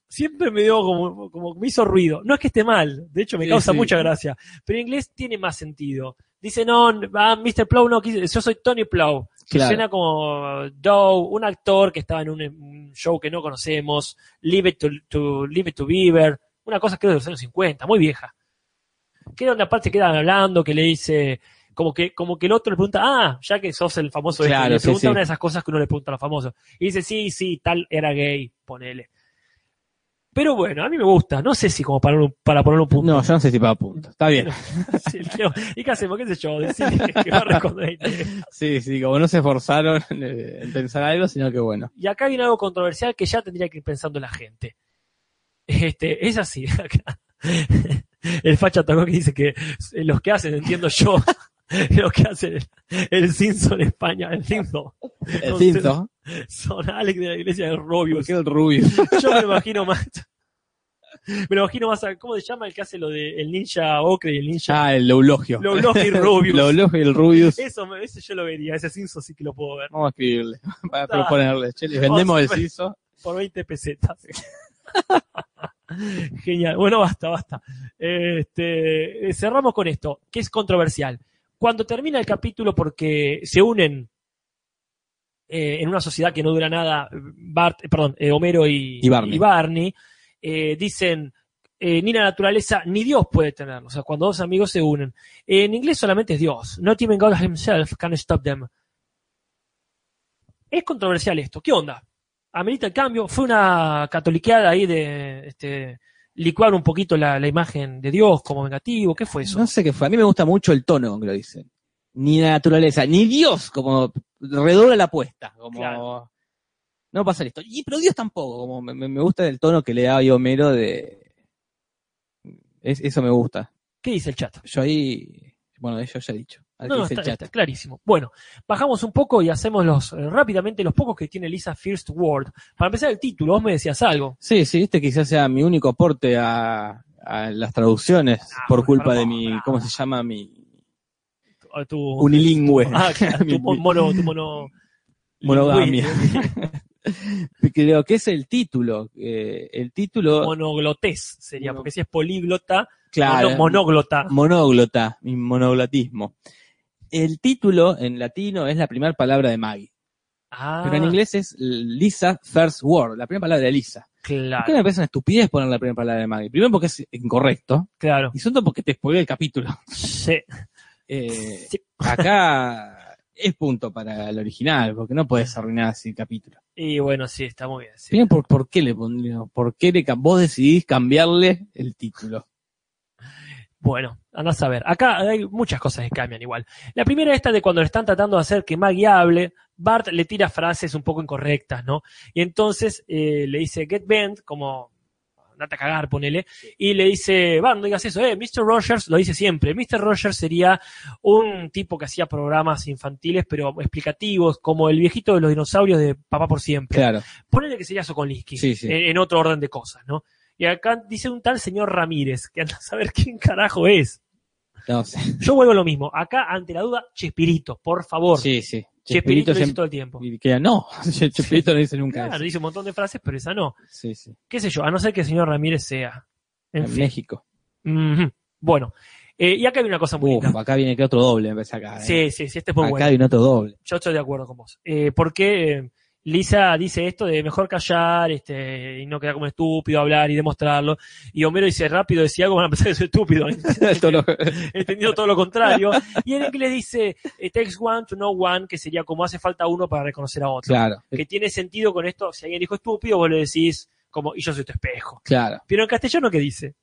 A: siempre me dio como, como me hizo ruido. No es que esté mal, de hecho me
B: Sí,
A: causa
B: sí.
A: mucha gracia, pero en inglés tiene más sentido. Dice, no, ah, Mr. Plow no, quise- yo soy Tony Plow. Que
B: Claro.
A: suena como Doe, un actor que estaba en un, un show que no conocemos, Leave it to, to- Leave it to Beaver, una cosa creo de los años 50, muy vieja. Que era una parte que quedaban hablando, que le dice, como que, como que el otro le pregunta, ah, ya que sos el famoso, este",
B: Claro,
A: le
B: sí,
A: pregunta
B: sí.
A: una de esas cosas que uno le pregunta a los famosos. Y dice, sí, sí, tal era gay, ponele. Pero bueno, a mí me gusta, no sé si como para, un- para poner un punto.
B: No, yo no sé si para punto. Está bien.
A: [LAUGHS] Sí, Leo, ¿Y qué hacemos? ¿Qué sé yo? Decide [LAUGHS] que va a responder.
B: Sí, sí, como no se esforzaron eh, en pensar algo, sino que bueno.
A: Y acá viene algo controversial que ya tendría que ir pensando la gente. Este, es así. [LAUGHS] acá. El facha tocó que dice que los que hacen, entiendo yo, [LAUGHS] los que hacen el, el Simpson en España, el Simpson,
B: El
A: Con-
B: cinto.
A: son Alex de la iglesia de Robius.
B: ¿Por qué el rubio?
A: [LAUGHS] Yo me lo imagino más. [LAUGHS] Me lo imagino más a, ¿cómo se llama el que hace lo de el ninja ocre y el ninja?
B: Ah, el Loulogio.
A: Loulogio y Rubius.
B: Loulogio y el Rubius.
A: Eso, me- ese yo lo vería, ese Simpson sí que lo puedo ver.
B: Vamos a escribirle, [LAUGHS] para proponerle. Che, les
A: Oh,
B: vendemos el
A: sí.
B: CISO.
A: por 20 pesetas. [LAUGHS] Genial. Bueno, basta, basta. Este, eh, cerramos con esto, que es controversial. Cuando termina el capítulo, porque se unen eh, en una sociedad que no dura nada, Bart, eh, perdón, eh, Homero y,
B: Y Barney.
A: eh, dicen, eh, ni la naturaleza, ni Dios puede tenerlo. O sea, cuando dos amigos se unen. En inglés solamente es Dios. Not even God himself can stop them. Es controversial esto. ¿Qué onda? amerita el cambio. Fue una catoliqueada ahí de este, licuar un poquito la, la imagen de Dios como vengativo. ¿Qué fue eso?
B: No sé qué fue. A mí me gusta mucho el tono, que lo dicen. Ni la naturaleza, ni Dios, como redobla la apuesta. Como...
A: Claro.
B: No pasa esto. Y, pero Dios tampoco, como me, me- me gusta el tono que le da hoy Homero de... Es- eso me gusta.
A: ¿Qué dice el chat?
B: Yo ahí, bueno, eso ya he dicho. Al que
A: No,
B: dice
A: está,
B: el chat.
A: está clarísimo. Bueno, bajamos un poco y hacemos los eh, rápidamente los pocos que tiene Lisa First World. Para empezar el título, vos me decías algo.
B: Sí, sí, este quizás sea mi único aporte a, a las traducciones
A: Ah,
B: por
A: bueno,
B: culpa
A: pero
B: de
A: no,
B: mi,
A: no.
B: ¿cómo se llama? Mi
A: Tu- Tu,
B: unilingüe. [LAUGHS]
A: ah, claro,
B: Mi-
A: tu mon-
B: mi
A: mono, tu mono.
B: monogamia.
A: [LAUGHS]
B: Creo que es el título. eh, el título,
A: Monoglotés sería,
B: Mono-
A: porque si es políglota,
B: claro,
A: mono- monoglota.
B: monóglota, mi monoglotismo. El título en latino es la primera palabra de Maggie,
A: Ah,
B: pero en inglés es Lisa First Word, la primera palabra de Lisa. ¿Por qué
A: Claro,
B: me parece una estupidez poner la primera palabra de Maggie? Primero porque es incorrecto, [LAUGHS]
A: claro.
B: y segundo porque te spoilé
A: [LAUGHS]
B: el capítulo.
A: Sí,
B: Eh,
A: sí.
B: acá es punto para el original, porque no puedes arruinar así el capítulo.
A: Y bueno, sí, está muy bien. sí.
B: Miren por, por qué le pondría- por qué le, ca- vos decidís cambiarle el título.
A: Bueno, andás a ver. Acá hay muchas cosas que cambian igual. La primera esta de cuando le están tratando de hacer que Maggie hable, Bart le tira frases un poco incorrectas, ¿no? Y entonces eh, le dice get bent, como andate a cagar, ponele, y le dice, Bart, no digas eso, eh, Mr. Rogers lo dice siempre. Mr. Rogers sería un tipo que hacía programas infantiles, pero explicativos, como el viejito de los dinosaurios de Papá por Siempre
B: Claro.
A: ponele que sería Sokolinsky,
B: Sí, sí.
A: En, en otro orden de cosas, ¿no? Y acá dice un tal señor Ramírez, que anda a saber [LAUGHS] quién carajo es.
B: No sé.
A: Yo vuelvo a lo mismo, acá ante la duda, Chespirito, por favor.
B: Sí, sí.
A: Chespirito,
B: Chespirito
A: lo dice
B: siempre-
A: todo el tiempo.
B: y queda, no, [LAUGHS] Chespirito no dice nunca
A: Claro,
B: eso.
A: dice un montón de frases, pero esa no.
B: Sí, sí.
A: Qué sé yo, a no ser que el señor Ramírez sea. En
B: En
A: fin.
B: México.
A: Ujú. Bueno, eh, y acá viene una cosa muy
B: Uf,
A: linda.
B: acá viene que otro doble, me parece acá. ¿eh?
A: Sí, sí, sí, este es muy
B: acá
A: bueno.
B: viene otro doble. [LAUGHS]
A: Yo estoy de acuerdo con vos. Eh, porque eh, Lisa dice esto de mejor callar este, y no quedar como estúpido, hablar y demostrarlo. Y Homero dice rápido, si [LAUGHS] algo van a pensar que soy estúpido.
B: [LAUGHS]
A: [LAUGHS]
B: Esto no-
A: Entendido todo lo contrario. Y en inglés dice, it takes one to know one, que sería como hace falta uno para reconocer a otro.
B: claro,
A: Que tiene sentido con esto, si alguien dijo estúpido, vos le decís como, y yo soy tu espejo.
B: claro.
A: Pero en castellano, ¿qué dice?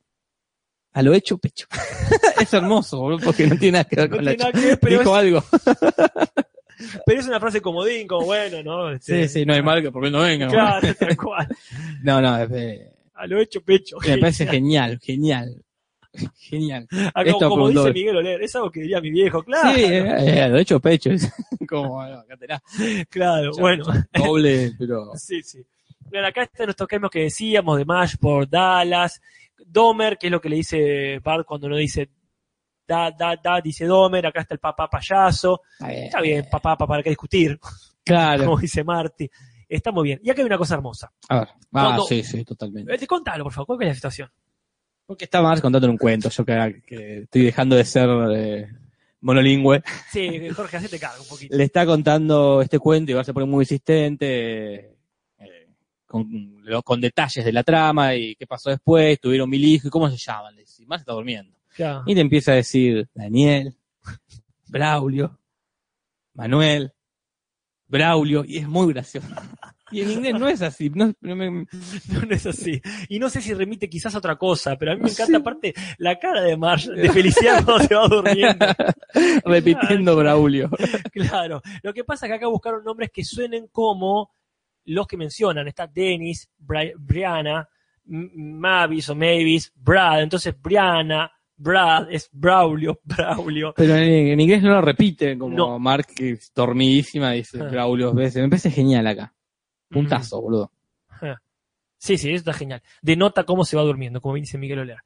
B: A lo hecho pecho. [LAUGHS] es hermoso, boludo, porque no tiene nada que ver
A: No
B: con
A: tiene
B: la
A: nada que ver, pero,
B: Dijo
A: es,
B: algo.
A: pero es una frase comodín, como bueno, ¿no? Este,
B: Sí, sí, no hay mal que por qué no venga.
A: Claro, tal cual.
B: No, no, es, eh,
A: A lo hecho pecho.
B: me parece genial, genial. [LAUGHS] Genial.
A: Ah, como-
B: Esto
A: como
B: preguntó-
A: dice Miguel Oler, es algo que diría mi viejo, claro,
B: Sí, eh, eh, lo hecho pecho. [LAUGHS] Es como, bueno, acá tenés
A: claro,
B: Ya,
A: bueno,
B: [LAUGHS] doble, pero.
A: [LAUGHS] sí, sí. Bueno, acá están nuestros cambios que decíamos de Mash por Dallas, Domer, que es lo que le dice Bart cuando no dice da, da, da, dice Domer, acá está el papá payaso, está bien, papá, papá, para qué discutir,
B: Eh,
A: [LAUGHS]
B: Claro.
A: como dice Marty, está muy bien. Y acá hay una cosa hermosa,
B: A ver. Ah,
A: Cuando-
B: sí, sí, totalmente.
A: Eh, contalo por favor, ¿cuál es la situación?
B: Porque está Marx contando un cuento. Yo que, que estoy dejando de ser eh, monolingüe.
A: Sí, Jorge, hacete cargo un poquito.
B: Le está contando este cuento y Bart se pone muy insistente. eh, con, lo- con detalles de la trama y qué pasó después, tuvieron mil hijos y cómo se llaman. Le dice, Marx está durmiendo.
A: Ya.
B: Y te empieza a decir Daniel, Braulio, Manuel, Braulio, y es muy gracioso. Y en inglés no es así. No, no me-
A: [LAUGHS] No, no es así. Y no sé si remite quizás a otra cosa, pero a mí me
B: No
A: encanta
B: sé.
A: aparte la cara de Marge de felicidad cuando [LAUGHS] se va durmiendo.
B: [LAUGHS] repitiendo Braulio.
A: Claro. Lo que pasa es que acá buscaron nombres que suenen como los que mencionan. Está Dennis, Bri- Brianna, M- Mavis o Mavis, Brad. Entonces Brianna, Brad, es Braulio, [LAUGHS] Braulio.
B: Pero en, en inglés no lo repiten, como
A: No.
B: Mark, que es dormidísima, dice
A: Ah.
B: Braulio dos veces. Me parece genial acá. Puntazo, boludo.
A: Sí, sí, eso está genial. Denota cómo se va durmiendo, como bien dice Miguel Olea.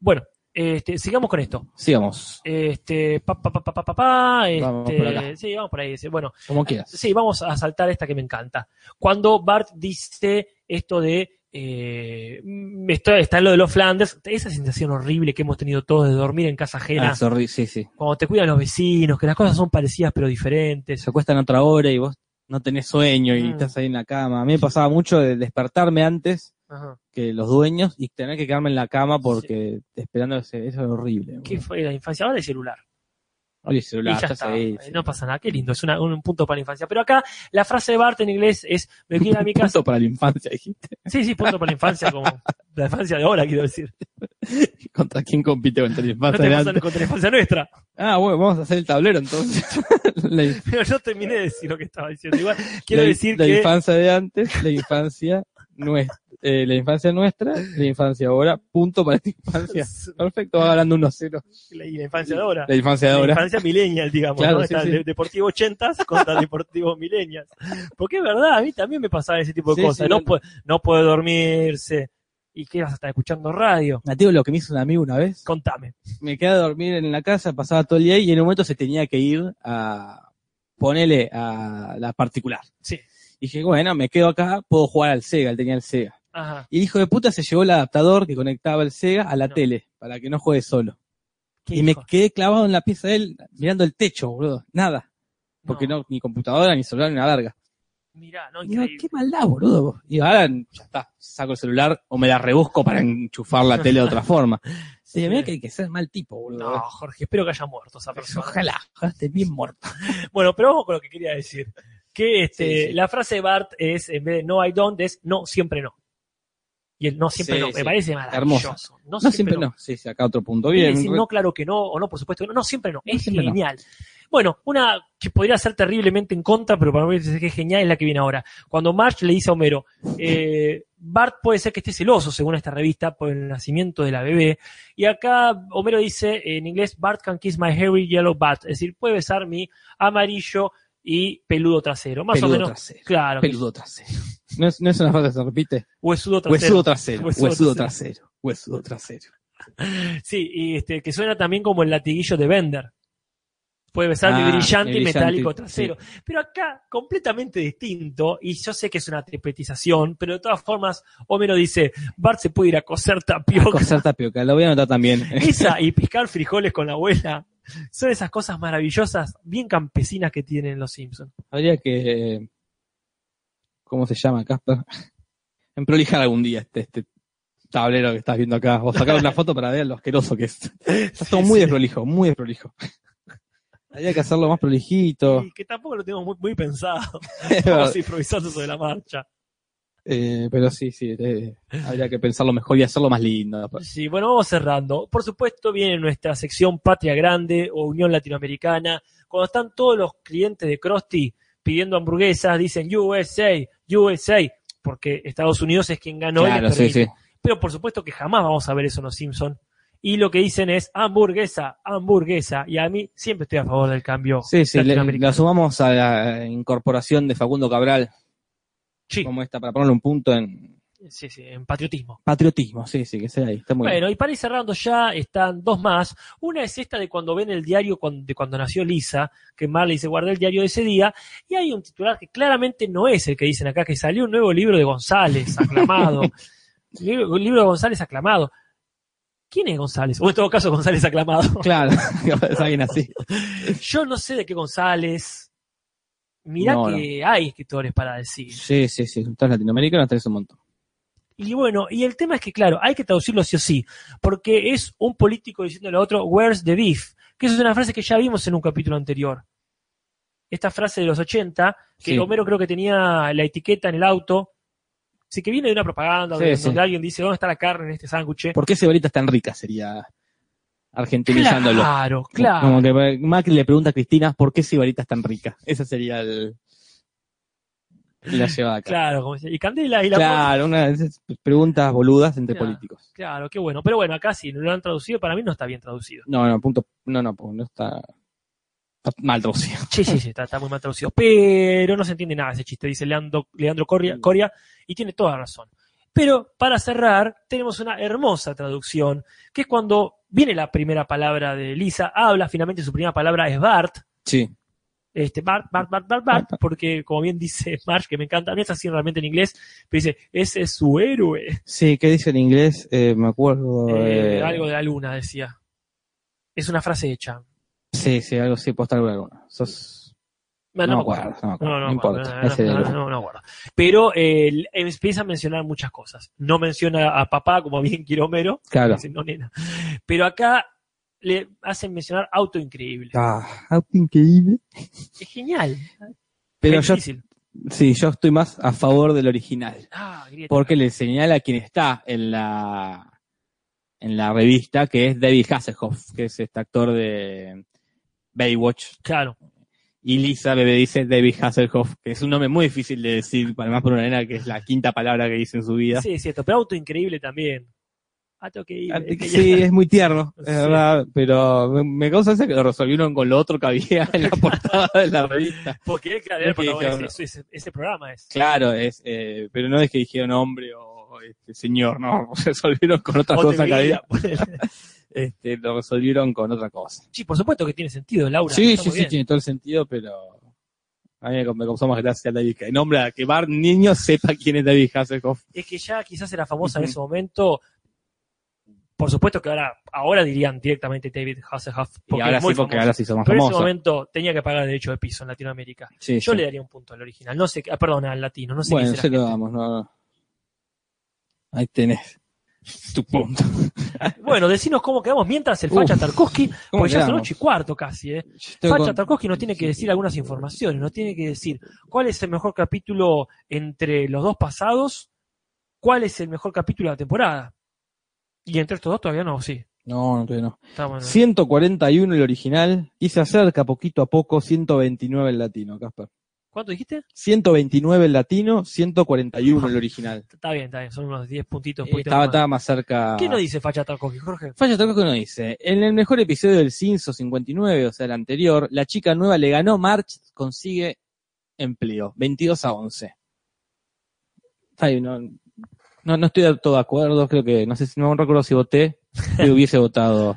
A: Bueno, este, sigamos con esto.
B: Sigamos,
A: Este, pa, pa, pa, pa, pa, pa, pa,
B: Vamos
A: este,
B: por acá.
A: sí, vamos por ahí. sí. Bueno,
B: como quieras.
A: sí, vamos a saltar esta que me encanta. Cuando Bart dice esto de, eh, mm, esto- está en lo de los Flanders, esa sensación horrible que hemos tenido todos de dormir en casa ajena,
B: Ah, sorry, sí, sí.
A: cuando te cuidan los vecinos, que las cosas son parecidas pero diferentes.
B: se acuestan a otra hora y vos no tenés sueño y
A: Mm.
B: estás ahí en la cama. A mí me pasaba mucho de despertarme antes
A: Ajá.
B: que los dueños y tener que quedarme en la cama porque esperando eso es horrible.
A: ¿Qué fue la infancia? Ahora el celular.
B: Abrí el celular,
A: y ya
B: estás
A: está.
B: ahí,
A: Eh,
B: sí.
A: No pasa nada. Qué lindo. Es una- un punto para la infancia. Pero acá la frase de Bart en inglés es, me quiero ir
B: [LAUGHS]
A: a mi casa.
B: Punto para la infancia, dijiste. [LAUGHS]
A: Sí, sí, punto para la infancia, como la infancia de ahora, quiero decir.
B: ¿Contra quién compite contra
A: No
B: la infancia?
A: te pasan
B: adelante?
A: contra la infancia nuestra.
B: Ah, bueno, vamos a hacer el tablero entonces. [LAUGHS] la, in-
A: Pero yo terminé de decir lo que estaba diciendo.
B: [LAUGHS]
A: Igual quiero
B: la-
A: decir
B: la
A: que.
B: infancia de antes, la infancia nuestra, la infancia nuestra, la infancia ahora, punto para la
A: [LAUGHS]
B: infancia. Perfecto, va ganando 1-0.
A: La, y la infancia de ahora.
B: La infancia de
A: La
B: ahora.
A: infancia millennial, digamos.
B: Claro,
A: ¿no?
B: sí,
A: Está
B: sí.
A: de- Deportivo 80 contra
B: [LAUGHS]
A: Deportivo millennials. Porque es verdad, a mí también me pasaba ese tipo de
B: Sí,
A: cosas.
B: sí,
A: no,
B: bueno.
A: puede, no puede dormirse. ¿Y qué vas a estar escuchando radio?
B: Nativo, lo que me hizo un amigo una vez,
A: Contame.
B: me quedaba a dormir en la casa, pasaba todo el día y en un momento se tenía que ir a ponerle a la particular.
A: Sí.
B: Y dije, bueno, me quedo acá, puedo jugar al Sega, él tenía el Sega.
A: Ajá.
B: Y el hijo de puta se llevó el adaptador que conectaba el Sega a la
A: No.
B: tele, para que no juegue solo.
A: ¿Qué
B: Y me
A: dijo?
B: quedé clavado en la pieza de él, mirando el techo, boludo. Nada. Porque no, ni computadora, ni celular, ni una larga.
A: Mirá, no,
B: Y digo,
A: increíble.
B: qué maldad, boludo. Y ahora ya está, saco el celular o me la rebusco para enchufar la tele
A: [LAUGHS]
B: de otra forma. Se ve que hay que ser mal tipo, boludo.
A: No, Jorge, espero que haya muerto [LAUGHS] esa persona.
B: Ojalá, ojalá estés bien muerto.
A: Bueno, pero vamos con lo que quería decir. Que este,
B: Sí, sí.
A: la frase de Bart es, en vez de no hay don't, es no, siempre no. Y el no, siempre
B: Sí,
A: no, me
B: sí.
A: parece maravilloso. No,
B: No, siempre no. Sí, sí, acá otro punto. Bien.
A: Quiere decir no, claro que no, o no, por supuesto que no. No, siempre no.
B: No,
A: es
B: siempre no.
A: genial. Bueno, una que podría ser terriblemente en contra, pero para mí es que es genial, es la que viene ahora. Cuando Marge le dice a Homero, eh, Bart puede ser que esté celoso, según esta revista, por el nacimiento de la bebé. Y acá Homero dice en inglés, Bart can kiss my hairy yellow butt. Es decir, puede besar mi amarillo y peludo trasero. Más
B: peludo
A: o menos,
B: trasero.
A: claro. que-
B: Peludo trasero. No es, no es una frase que se repite.
A: Huesudo trasero.
B: Huesudo trasero.
A: Huesudo
B: Huesudo trasero. Huesudo trasero.
A: Sí, y este, que suena también como el latiguillo de Bender. puede besar mi
B: Ah,
A: brillante
B: mi
A: y
B: brillante,
A: metálico trasero. Pero acá, completamente distinto, y yo sé que es una tripletización, pero de todas formas, Homero dice, Bart se puede ir a coser tapioca.
B: Coser tapioca, lo voy a anotar también. [LAUGHS]
A: Esa y piscar frijoles con la abuela son esas cosas maravillosas, bien campesinas que tienen los Simpsons.
B: Habría que. eh, ¿Cómo se llama, Casper? [LAUGHS] En prolijar algún día este, este tablero que estás viendo acá. O sacar una foto para ver lo asqueroso que es. Está todo muy desprolijo, muy desprolijo. [LAUGHS] Habría que hacerlo más
A: [LAUGHS]
B: prolijito.
A: Y que tampoco lo tenemos muy, muy pensado.
B: Pero,
A: [LAUGHS] Estamos improvisando sobre la marcha.
B: eh, pero sí, sí. eh, habría que pensarlo mejor y hacerlo más lindo.
A: Sí, bueno, vamos cerrando. Por supuesto, viene nuestra sección Patria Grande o Unión Latinoamericana. Cuando están todos los clientes de Krusty pidiendo hamburguesas, dicen USA, USA, porque Estados Unidos es quien ganó y
B: claro,
A: les
B: sí,
A: permite.
B: sí.
A: Pero por supuesto que jamás vamos a ver eso en Los Simpson. Y lo que dicen es hamburguesa, hamburguesa. Y a mí siempre estoy a favor del cambio.
B: Sí, sí, le-
A: latinoamericano.
B: la sumamos a la incorporación de Facundo Cabral
A: Sí,
B: como esta para ponerle un punto en
A: sí, sí, en patriotismo.
B: patriotismo, sí, sí, que sea ahí, está muy bien.
A: Bueno, y para ir cerrando ya están dos más. Una es esta de cuando ven el diario cuan- de cuando nació Lisa, que Marley se guardé el diario de ese día, y hay un titular que claramente no es el que dicen acá, que salió un nuevo libro de González,
B: [LAUGHS]
A: aclamado. Libro- un libro de González aclamado. ¿Quién es González? O en todo caso, González aclamado.
B: [LAUGHS] Claro, está bien así.
A: Yo no sé de qué González. Mirá
B: No,
A: que hay escritores para decir.
B: Sí, sí, sí. Todos latinoamericanos tenés un montón.
A: Y bueno, y el tema es que, claro, hay que traducirlo sí o sí, porque es un político diciéndole a otro, where's the beef? Que eso es una frase que ya vimos en un capítulo anterior. Esta frase de los 80, que
B: Sí.
A: Homero creo que tenía la etiqueta en el auto, sí que viene de una propaganda
B: Sí,
A: donde,
B: sí.
A: donde alguien dice, ¿dónde está la carne en este sándwich?
B: ¿Por qué Cebolita es tan rica? Sería argentinizándolo.
A: Claro, claro.
B: Como que Macri le pregunta a Cristina, ¿por qué Cebolita es tan rica? Esa sería el... la llevada acá.
A: Claro, como dice, y Candela y la
B: Claro, una de esas preguntas boludas entre
A: Claro.
B: políticos.
A: Claro, qué bueno. Pero bueno, acá sí, lo han traducido, para mí no está bien traducido.
B: No, no, punto. No, no, no está, está mal traducido. [LAUGHS]
A: Sí, sí, sí, está, está muy mal traducido. Pero no se entiende nada ese chiste, dice Leandro, Leandro Corria, Coria, y tiene toda razón. Pero para cerrar, tenemos una hermosa traducción, que es cuando viene la primera palabra de Lisa, habla, finalmente su primera palabra es Bart,
B: Sí.
A: este, Bart, Bart, Bart, Bart, Bart, porque como bien dice Marsh, que me encanta, no es así realmente en inglés, pero dice, ese es su héroe,
B: Sí, ¿qué dice en inglés? Eh, me acuerdo.
A: Eh,
B: eh,
A: algo de la luna, decía. Es una frase hecha.
B: Sí, sí, algo sí, posta alguna. Sos...
A: No, no me acuerdo.
B: no me acuerdo.
A: No,
B: No,
A: no, me acuerdo,
B: importa.
A: no,
B: Ese
A: no,
B: de
A: no,
B: lujo.
A: no, no me acuerdo. Pero eh, empieza a mencionar muchas cosas. No menciona a papá, como bien Quiromero.
B: Claro.
A: Dice, no, nena. Pero acá le hacen mencionar auto increíble.
B: Ah, auto increíble.
A: Es genial.
B: Pero
A: es
B: yo,
A: difícil.
B: sí, yo estoy más a favor del original.
A: Ah, grieta.
B: Porque le señala a quien está en la, en la revista, que es David Hasselhoff, que es este actor de Baywatch.
A: Claro.
B: Y Lisa bebé dice David Hasselhoff, que es un nombre muy difícil de decir, además por una nena que es la quinta palabra que dice en su [LAUGHS] vida.
A: Sí, es cierto. Pero auto increíble también. Ah, Auto increíble.
B: Sí, es muy tierno, es
A: Sí.
B: verdad, pero me- me causa ese que lo resolvieron con lo otro que había en la [LAUGHS] portada de la revista.
A: [LAUGHS] Porque él, claro,
B: No
A: era
B: es que
A: protagonista.
B: dijeron,
A: Eso es- ese, programa es.
B: Claro, es, eh, pero no es que dijeron hombre o este, señor, no, [LAUGHS] resolvieron con otra
A: Ponte
B: cosa que
A: mi
B: había.
A: vida, ponele.
B: Este, lo resolvieron con otra cosa.
A: [LAUGHS] Sí, por supuesto que tiene sentido, Laura.
B: sí,
A: está
B: sí,
A: muy
B: sí,
A: bien.
B: tiene todo el sentido, pero a mí me me causó más gracia David que nombra que Bar Niño sepa quién es David Hasselhoff.
A: es que ya quizás era famosa en
B: Ujú.
A: ese momento. Por supuesto que ahora, ahora dirían directamente David Hasselhoff,
B: Y
A: porque
B: ahora
A: es
B: sí,
A: muy
B: porque
A: famoso.
B: ahora sí son más
A: Pero en ese
B: famosos.
A: momento tenía que pagar el derecho de piso en Latinoamérica.
B: Sí,
A: Yo
B: sí.
A: le daría un punto al original, no sé, qué- ah, perdón, al latino, no sé
B: bueno,
A: qué
B: se
A: será.
B: lo damos, no. Ahí tenés tu punto.
A: Pues Bueno, decinos cómo quedamos mientras el Facha
B: Uf,
A: Tarkovsky,
B: [LAUGHS] ¿Cómo
A: porque ya son
B: quedamos?
A: ocho y cuarto casi, ¿eh?
B: Yo tengo
A: Facha
B: con-
A: Tarkovsky nos tiene que decir algunas informaciones, nos tiene que decir cuál es el mejor capítulo entre los dos pasados, cuál es el mejor capítulo de la temporada. Y entre estos dos todavía no, sí.
B: No, no, todavía no.
A: Estamos en-
B: 141 el original y se acerca poquito a poco 129 el latino, Casper.
A: ¿Cuánto dijiste?
B: 129 el latino, 141 el original.
A: Está bien, está bien, son unos 10 puntitos.
B: Eh,
A: poquito
B: Estaba,
A: más.
B: estaba más cerca.
A: ¿Qué nos dice Facha Tarkovsky, Jorge?
B: Falla otra cosa que no dice. En el mejor episodio del Cinso 59, o sea, el anterior, la chica nueva le ganó, March consigue empleo, 22 a 11. Ay, no,
A: [LAUGHS]
B: no, no estoy del todo de acuerdo, creo que, no sé si no recuerdo si voté, pero hubiese votado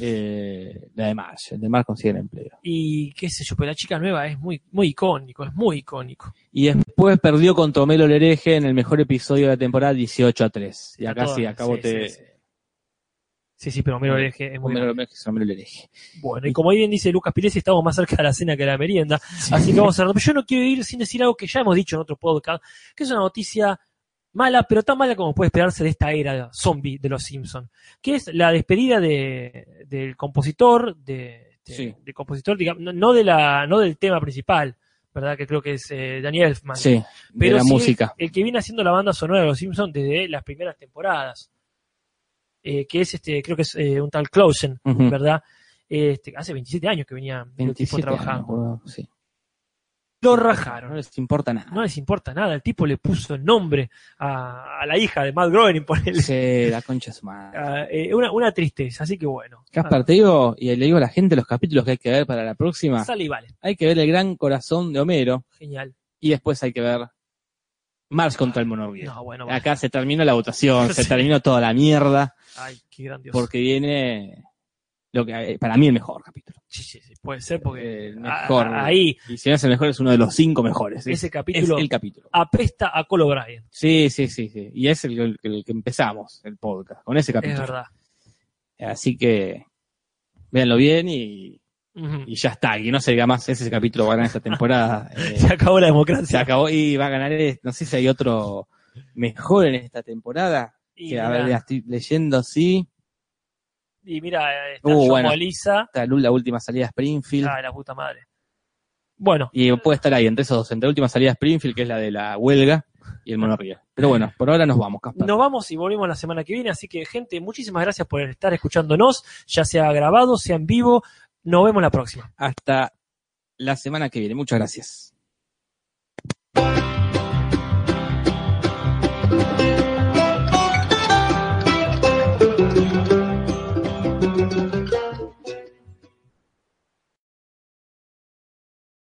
B: eh, la de Marge. El de Marge consigue el empleo.
A: Y qué sé yo, pero la chica nueva es muy, muy icónico, es muy icónico.
B: Y después perdió con Tomelo el hereje en el mejor episodio de la temporada 18 a 3. Y
A: A
B: acá
A: todas,
B: sí, acabo
A: sí,
B: te. Eh,
A: sí, sí. Sí, sí, pero Homero el Eje es muy
B: Homero
A: grande.
B: Homero es Homero el hereje.
A: bueno. Y como bien dice Lucas Pilesi, estamos más cerca de la cena que de la merienda. Así que vamos a Yo no quiero ir sin decir algo que ya hemos dicho en otro podcast, que es una noticia mala, pero tan mala como puede esperarse de esta era zombie de los Simpsons, que es la despedida de, del compositor, de, este,
B: Sí.
A: del compositor, digamos, no, no de la, no del tema principal, ¿verdad? Que creo que es eh, Daniel Elfman.
B: Sí,
A: pero
B: de la
A: sí
B: música.
A: El que viene haciendo la banda sonora de los Simpsons desde las primeras temporadas. Eh, que es este, creo que es eh, un tal Clausen,
B: Ujú.
A: ¿verdad? Este, hace 27 años que venía el tipo
B: 27 años,
A: trabajando.
B: boludo, sí.
A: Lo
B: No
A: rajaron.
B: les importa nada.
A: No les importa nada. El tipo le puso el nombre a, a la hija de Matt Groening, [LAUGHS] ponele.
B: [LAUGHS] Sí, la concha es madre.
A: Ah, eh, una, una tristeza, así que bueno.
B: Caspar, te digo, y le digo a la gente los capítulos que hay que ver para la
A: Ah,
B: próxima.
A: sale y vale.
B: Hay que ver el gran corazón de Homero
A: Genial.
B: y después hay que ver March contra el Monorriel.
A: No, bueno, bueno.
B: Acá se terminó la votación, se
A: Sí.
B: terminó toda la mierda,
A: Ay, qué grandioso.
B: porque viene lo que eh, para mí el mejor capítulo.
A: Sí, sí, sí, puede ser porque
B: El Eh, mejor.
A: a- a- ahí
B: Y si no es el mejor, es uno de los cinco mejores. Es,
A: ese
B: es
A: capítulo
B: el capítulo.
A: apesta a Colo Bryan.
B: Sí, sí, sí, sí. Y es el, el- el que empezamos el podcast, con ese
A: Es
B: capítulo.
A: verdad.
B: Así que véanlo bien y,
A: Ujú.
B: y ya está. Y no se diga más, ese capítulo va a ganar esta temporada. Eh,
A: [LAUGHS] Se acabó la
B: se
A: democracia.
B: acabó y va a ganar, eh, no sé si hay otro mejor en esta temporada.
A: Y
B: que, a
A: mira,
B: ver, la estoy leyendo, sí.
A: y mira, está
B: Uh,
A: John
B: bueno.
A: Molisa.
B: Está Lul, la última salida a Springfield.
A: Ah, la puta madre. Bueno,
B: Y puede estar ahí entre esos dos, entre la última salida a Springfield, que es la de la huelga, y el monorriel. Pero bueno, por ahora nos vamos, Caspar.
A: nos vamos y volvemos la semana que viene. Así que, gente, muchísimas gracias por estar escuchándonos, ya sea grabado, sea en vivo. Nos vemos la próxima.
B: Hasta la semana que viene. Muchas gracias.